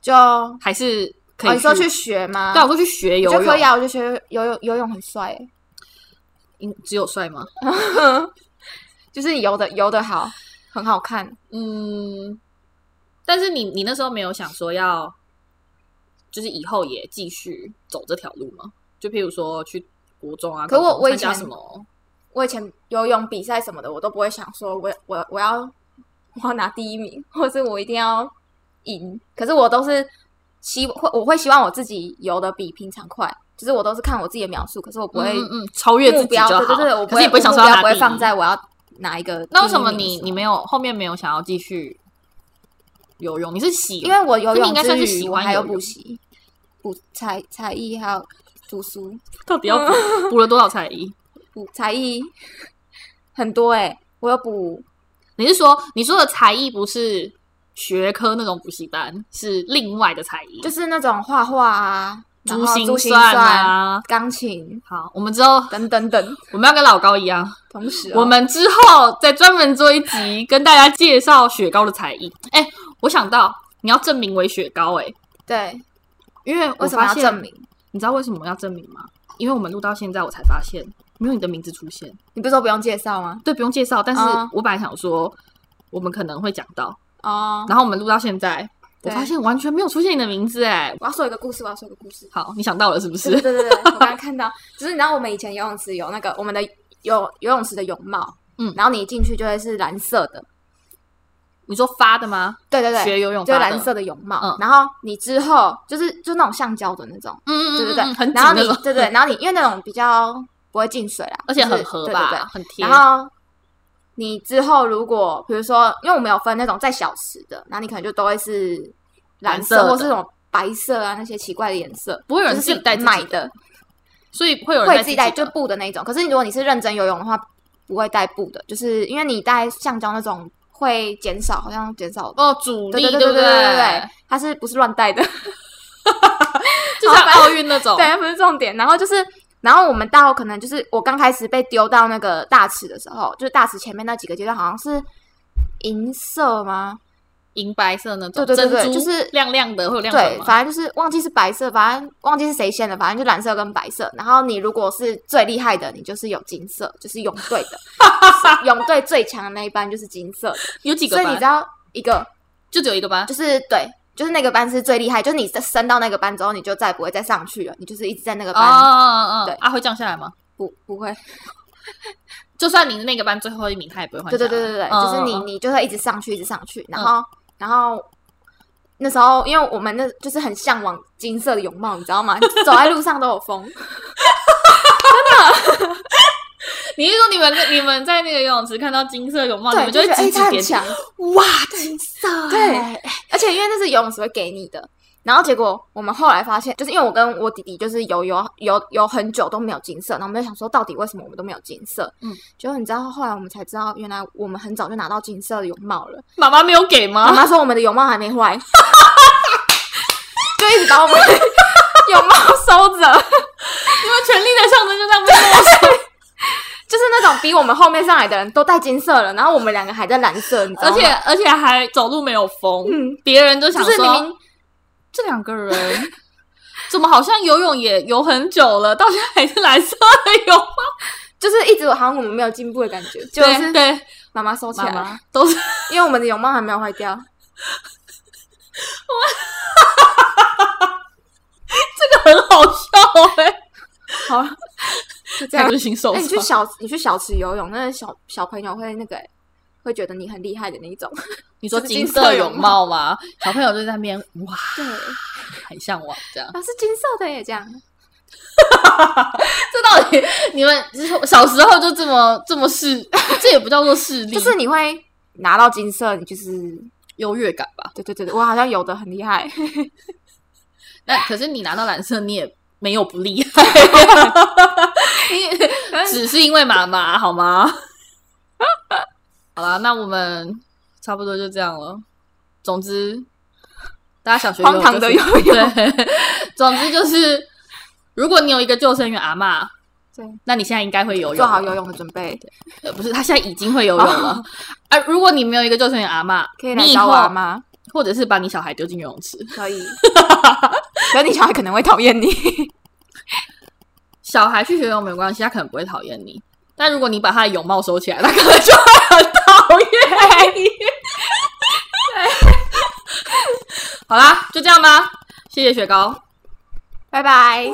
[SPEAKER 2] 就哦，
[SPEAKER 1] 还是可以、
[SPEAKER 2] 你说去学吗？
[SPEAKER 1] 对，我说去学游
[SPEAKER 2] 我觉
[SPEAKER 1] 泳
[SPEAKER 2] 得可以啊，我就觉得游泳游泳很帅欸，
[SPEAKER 1] 嗯只有帅吗？
[SPEAKER 2] 就是你游的游的好，很好看。
[SPEAKER 1] 嗯，但是你你那时候没有想说要，就是以后也继续走这条路吗？就譬如说去国中啊，
[SPEAKER 2] 可我
[SPEAKER 1] 高中
[SPEAKER 2] 我以
[SPEAKER 1] 参加
[SPEAKER 2] 前
[SPEAKER 1] 什么？
[SPEAKER 2] 我以前游泳比赛什么的，我都不会想说我我我要 我要拿第一名，或是我一定要赢。可是我都是希会我会希望我自己游的比平常快，就是我都是看我自己的描述，可是我不会
[SPEAKER 1] 嗯嗯嗯超越自
[SPEAKER 2] 目
[SPEAKER 1] 己就
[SPEAKER 2] 标，
[SPEAKER 1] 好。
[SPEAKER 2] 对对对，我不
[SPEAKER 1] 可是
[SPEAKER 2] 会
[SPEAKER 1] 你不会想说
[SPEAKER 2] 我
[SPEAKER 1] 要拿
[SPEAKER 2] 目标不会
[SPEAKER 1] 第一
[SPEAKER 2] 放在我要拿一个。
[SPEAKER 1] 那为什么你你没？有后面没有想要继续游泳？你是喜
[SPEAKER 2] 因为我游
[SPEAKER 1] 那你
[SPEAKER 2] 泳
[SPEAKER 1] 应该
[SPEAKER 2] 之
[SPEAKER 1] 算是
[SPEAKER 2] 余
[SPEAKER 1] 喜
[SPEAKER 2] 我
[SPEAKER 1] 欢
[SPEAKER 2] 还有
[SPEAKER 1] 游泳
[SPEAKER 2] 补习、补才才艺，还有读书。
[SPEAKER 1] 到底要补补了多少才艺？
[SPEAKER 2] 补才艺很多哎、我有补
[SPEAKER 1] 你是说你说的才艺不是学科那种补习班，是另外的才艺？
[SPEAKER 2] 就是是那种画画啊，然
[SPEAKER 1] 珠
[SPEAKER 2] 后
[SPEAKER 1] 心
[SPEAKER 2] 珠心
[SPEAKER 1] 算
[SPEAKER 2] 算
[SPEAKER 1] 啊、
[SPEAKER 2] 钢琴
[SPEAKER 1] 好，我们之后
[SPEAKER 2] 等等等。
[SPEAKER 1] 我们要跟老高一样，
[SPEAKER 2] 同时哦、
[SPEAKER 1] 我们之后再专门做一集跟大家介绍雪糕的才艺。哎、我想到你要证明为雪糕、哎，
[SPEAKER 2] 对
[SPEAKER 1] 因为
[SPEAKER 2] 为
[SPEAKER 1] 我
[SPEAKER 2] 什么
[SPEAKER 1] 发
[SPEAKER 2] 要
[SPEAKER 1] 现
[SPEAKER 2] 证？明？
[SPEAKER 1] 你知道为什么要证明吗？因为我们录到现在，我才发现没有你的名字出现。
[SPEAKER 2] 你不是说不用介绍吗？
[SPEAKER 1] 对，不用介绍，但是
[SPEAKER 2] 嗯
[SPEAKER 1] 我本来想说我们可能会讲到，
[SPEAKER 2] 哦，
[SPEAKER 1] 然后我们录到现在，我
[SPEAKER 2] 对
[SPEAKER 1] 发现完全没有出现你的名字，哎，
[SPEAKER 2] 我要说一个故事，我要说一个故事。
[SPEAKER 1] 好，你想到了是不
[SPEAKER 2] 对对
[SPEAKER 1] 是？
[SPEAKER 2] 对对，对我刚刚看到，就是你知道我们以前游泳池有那个我们的游游泳池的泳帽，
[SPEAKER 1] 嗯
[SPEAKER 2] 然后你一进去就会是蓝色的，
[SPEAKER 1] 你说发的吗？
[SPEAKER 2] 对对对，
[SPEAKER 1] 学游泳
[SPEAKER 2] 就是
[SPEAKER 1] 发的
[SPEAKER 2] 蓝色的泳帽，
[SPEAKER 1] 嗯
[SPEAKER 2] 然后你之后就是就那种橡胶的那种，
[SPEAKER 1] 嗯嗯，
[SPEAKER 2] 对
[SPEAKER 1] 嗯
[SPEAKER 2] 对对，
[SPEAKER 1] 嗯很紧
[SPEAKER 2] 然后
[SPEAKER 1] 那
[SPEAKER 2] 你
[SPEAKER 1] 种，
[SPEAKER 2] 对对，然后你因为那种比较不会进水啦，
[SPEAKER 1] 而且
[SPEAKER 2] 就是
[SPEAKER 1] 很合
[SPEAKER 2] 对
[SPEAKER 1] 吧，
[SPEAKER 2] 对对
[SPEAKER 1] 很贴。
[SPEAKER 2] 然后你之后如果比如说，因为我们有分那种在小池的，然后你可能就都会是蓝
[SPEAKER 1] 蓝色的
[SPEAKER 2] 或是那种白色啊那些奇怪的颜色，
[SPEAKER 1] 不会有
[SPEAKER 2] 就
[SPEAKER 1] 人
[SPEAKER 2] 是
[SPEAKER 1] 自己带自己
[SPEAKER 2] 买，的，
[SPEAKER 1] 所以会有人
[SPEAKER 2] 会
[SPEAKER 1] 带
[SPEAKER 2] 自己带就
[SPEAKER 1] 的
[SPEAKER 2] 布的那种。可是如果你是认真游泳的话，不会带布的，就是因为你带橡胶那种会减少，好像减少。
[SPEAKER 1] 哦，主
[SPEAKER 2] 对
[SPEAKER 1] 力
[SPEAKER 2] 对对
[SPEAKER 1] 不
[SPEAKER 2] 对对对对，它是不是乱带的？
[SPEAKER 1] 就像奥运那种，
[SPEAKER 2] 对，那不是重点。然后就是，然后我们到可能就是我刚开始被丢到那个大池的时候，就是大池前面那几个阶段好像是银色吗？
[SPEAKER 1] 银白色那种，
[SPEAKER 2] 对对对对
[SPEAKER 1] 珍珠
[SPEAKER 2] 就是
[SPEAKER 1] 亮亮的，会有亮
[SPEAKER 2] 对
[SPEAKER 1] 粉，吗？
[SPEAKER 2] 反正就是忘记是白色，反正忘记是谁先的，反正就蓝色跟白色。然后你如果是最厉害的，你就是有金色，就是泳队 的，泳队最强的那一班就是金色的。
[SPEAKER 1] 有几个
[SPEAKER 2] 所以
[SPEAKER 1] 班
[SPEAKER 2] 你知？道一个
[SPEAKER 1] 就只有一个班，
[SPEAKER 2] 就是对。就是那个班是最厉害，就是你升到那个班之后，你就再不会再上去了，你就是一直在那个
[SPEAKER 1] 哦
[SPEAKER 2] 班，
[SPEAKER 1] 哦哦，
[SPEAKER 2] 对
[SPEAKER 1] 啊，会降下来吗？
[SPEAKER 2] 不不会
[SPEAKER 1] 就算你的那个班最后一名，他也不会换下
[SPEAKER 2] 对
[SPEAKER 1] 来。
[SPEAKER 2] 对对对对，
[SPEAKER 1] 嗯
[SPEAKER 2] 就是你
[SPEAKER 1] 嗯嗯嗯
[SPEAKER 2] 你就会一直上去，一直上去，然后、然后那时候因为我们那就是很向往金色的泳帽，你知道吗？ 走在路上都有风，
[SPEAKER 1] 你是说你们你们在那个游泳池看到金色泳帽，哦你
[SPEAKER 2] 对，
[SPEAKER 1] 们就会
[SPEAKER 2] 就觉得哎、
[SPEAKER 1] 指
[SPEAKER 2] 它
[SPEAKER 1] 指
[SPEAKER 2] 很
[SPEAKER 1] 点点，
[SPEAKER 2] 强，
[SPEAKER 1] 哇，金色，
[SPEAKER 2] 对，而且因为那是游泳池会给你的。然后结果我们后来发现，就是因为我跟我弟弟就是游游游游很久都没有金色，然后我们就想说到底为什么我们都没有金色？
[SPEAKER 1] 嗯，
[SPEAKER 2] 结果你知道后来我们才知道，原来我们很早就拿到金色的泳帽了。
[SPEAKER 1] 妈妈没有给
[SPEAKER 2] 妈
[SPEAKER 1] 吗？
[SPEAKER 2] 妈说我们的泳帽还没坏， 就一直把我们的泳帽收
[SPEAKER 1] 你
[SPEAKER 2] 着，
[SPEAKER 1] 们权力的象征就这 样被没收。
[SPEAKER 2] 就是那种比我们后面上来的人都戴金色了，然后我们两个还在蓝色，你知道
[SPEAKER 1] 而
[SPEAKER 2] 吗？
[SPEAKER 1] 且而且还走路没有风，
[SPEAKER 2] 嗯
[SPEAKER 1] 别人就想
[SPEAKER 2] 就是明
[SPEAKER 1] 说
[SPEAKER 2] 明
[SPEAKER 1] 这两个人怎么好像游泳也游很久了，到现在还是蓝色的泳帽？
[SPEAKER 2] 就是一直好像我们没有进步的感觉，就
[SPEAKER 1] 对
[SPEAKER 2] 是
[SPEAKER 1] 对，
[SPEAKER 2] 妈妈收起来
[SPEAKER 1] 妈
[SPEAKER 2] 了，
[SPEAKER 1] 妈都是
[SPEAKER 2] 因为我们的泳帽还没有坏掉。
[SPEAKER 1] 很好笑哎、欸，
[SPEAKER 2] 好了， 就这
[SPEAKER 1] 他
[SPEAKER 2] 样
[SPEAKER 1] 就。是新手
[SPEAKER 2] 哎、你去
[SPEAKER 1] 上。
[SPEAKER 2] 小你去小池游泳，那小小朋友会那个、哎会觉得你很厉害的那一种。
[SPEAKER 1] 你说
[SPEAKER 2] 这个
[SPEAKER 1] 金
[SPEAKER 2] 金色
[SPEAKER 1] 色
[SPEAKER 2] 泳
[SPEAKER 1] 泳帽吗？小朋友就在那边哇，
[SPEAKER 2] 对，
[SPEAKER 1] 很向往这样。
[SPEAKER 2] 啊是金色的耶，这样。
[SPEAKER 1] 这到底你们小时候就这么这么势， 这也不叫做势力，
[SPEAKER 2] 就是你会拿到金色，你就是
[SPEAKER 1] 优越感吧？
[SPEAKER 2] 对对对，对我好像游的很厉害。
[SPEAKER 1] 那可是你拿到蓝色，你也没有不厉 害， 只是因为妈妈好吗？ 好啦，那我们差不多就这样了。总之，大家小学游泳
[SPEAKER 2] 荒唐的
[SPEAKER 1] 就是
[SPEAKER 2] 游泳
[SPEAKER 1] 对，总之就是，如果你有一个救生员阿嬷，
[SPEAKER 2] 对，
[SPEAKER 1] 那你现在应该会游泳，
[SPEAKER 2] 做好游泳的准备，
[SPEAKER 1] 呃，不是，他现在已经会游泳 了。啊，如果你没有一个救生员阿嬷，
[SPEAKER 2] 可以来
[SPEAKER 1] 你以
[SPEAKER 2] 找
[SPEAKER 1] 后
[SPEAKER 2] 我啊阿，妈，
[SPEAKER 1] 或者是把你小孩丢进游泳池。
[SPEAKER 2] 可以。 可是你小孩可能会讨厌你，
[SPEAKER 1] 小孩去学游泳没有关系，他可能不会讨厌你。但如果你把他的泳帽收起来，他可能就会很讨厌你。好啦，就这样吧。谢谢雪糕。
[SPEAKER 2] 拜拜。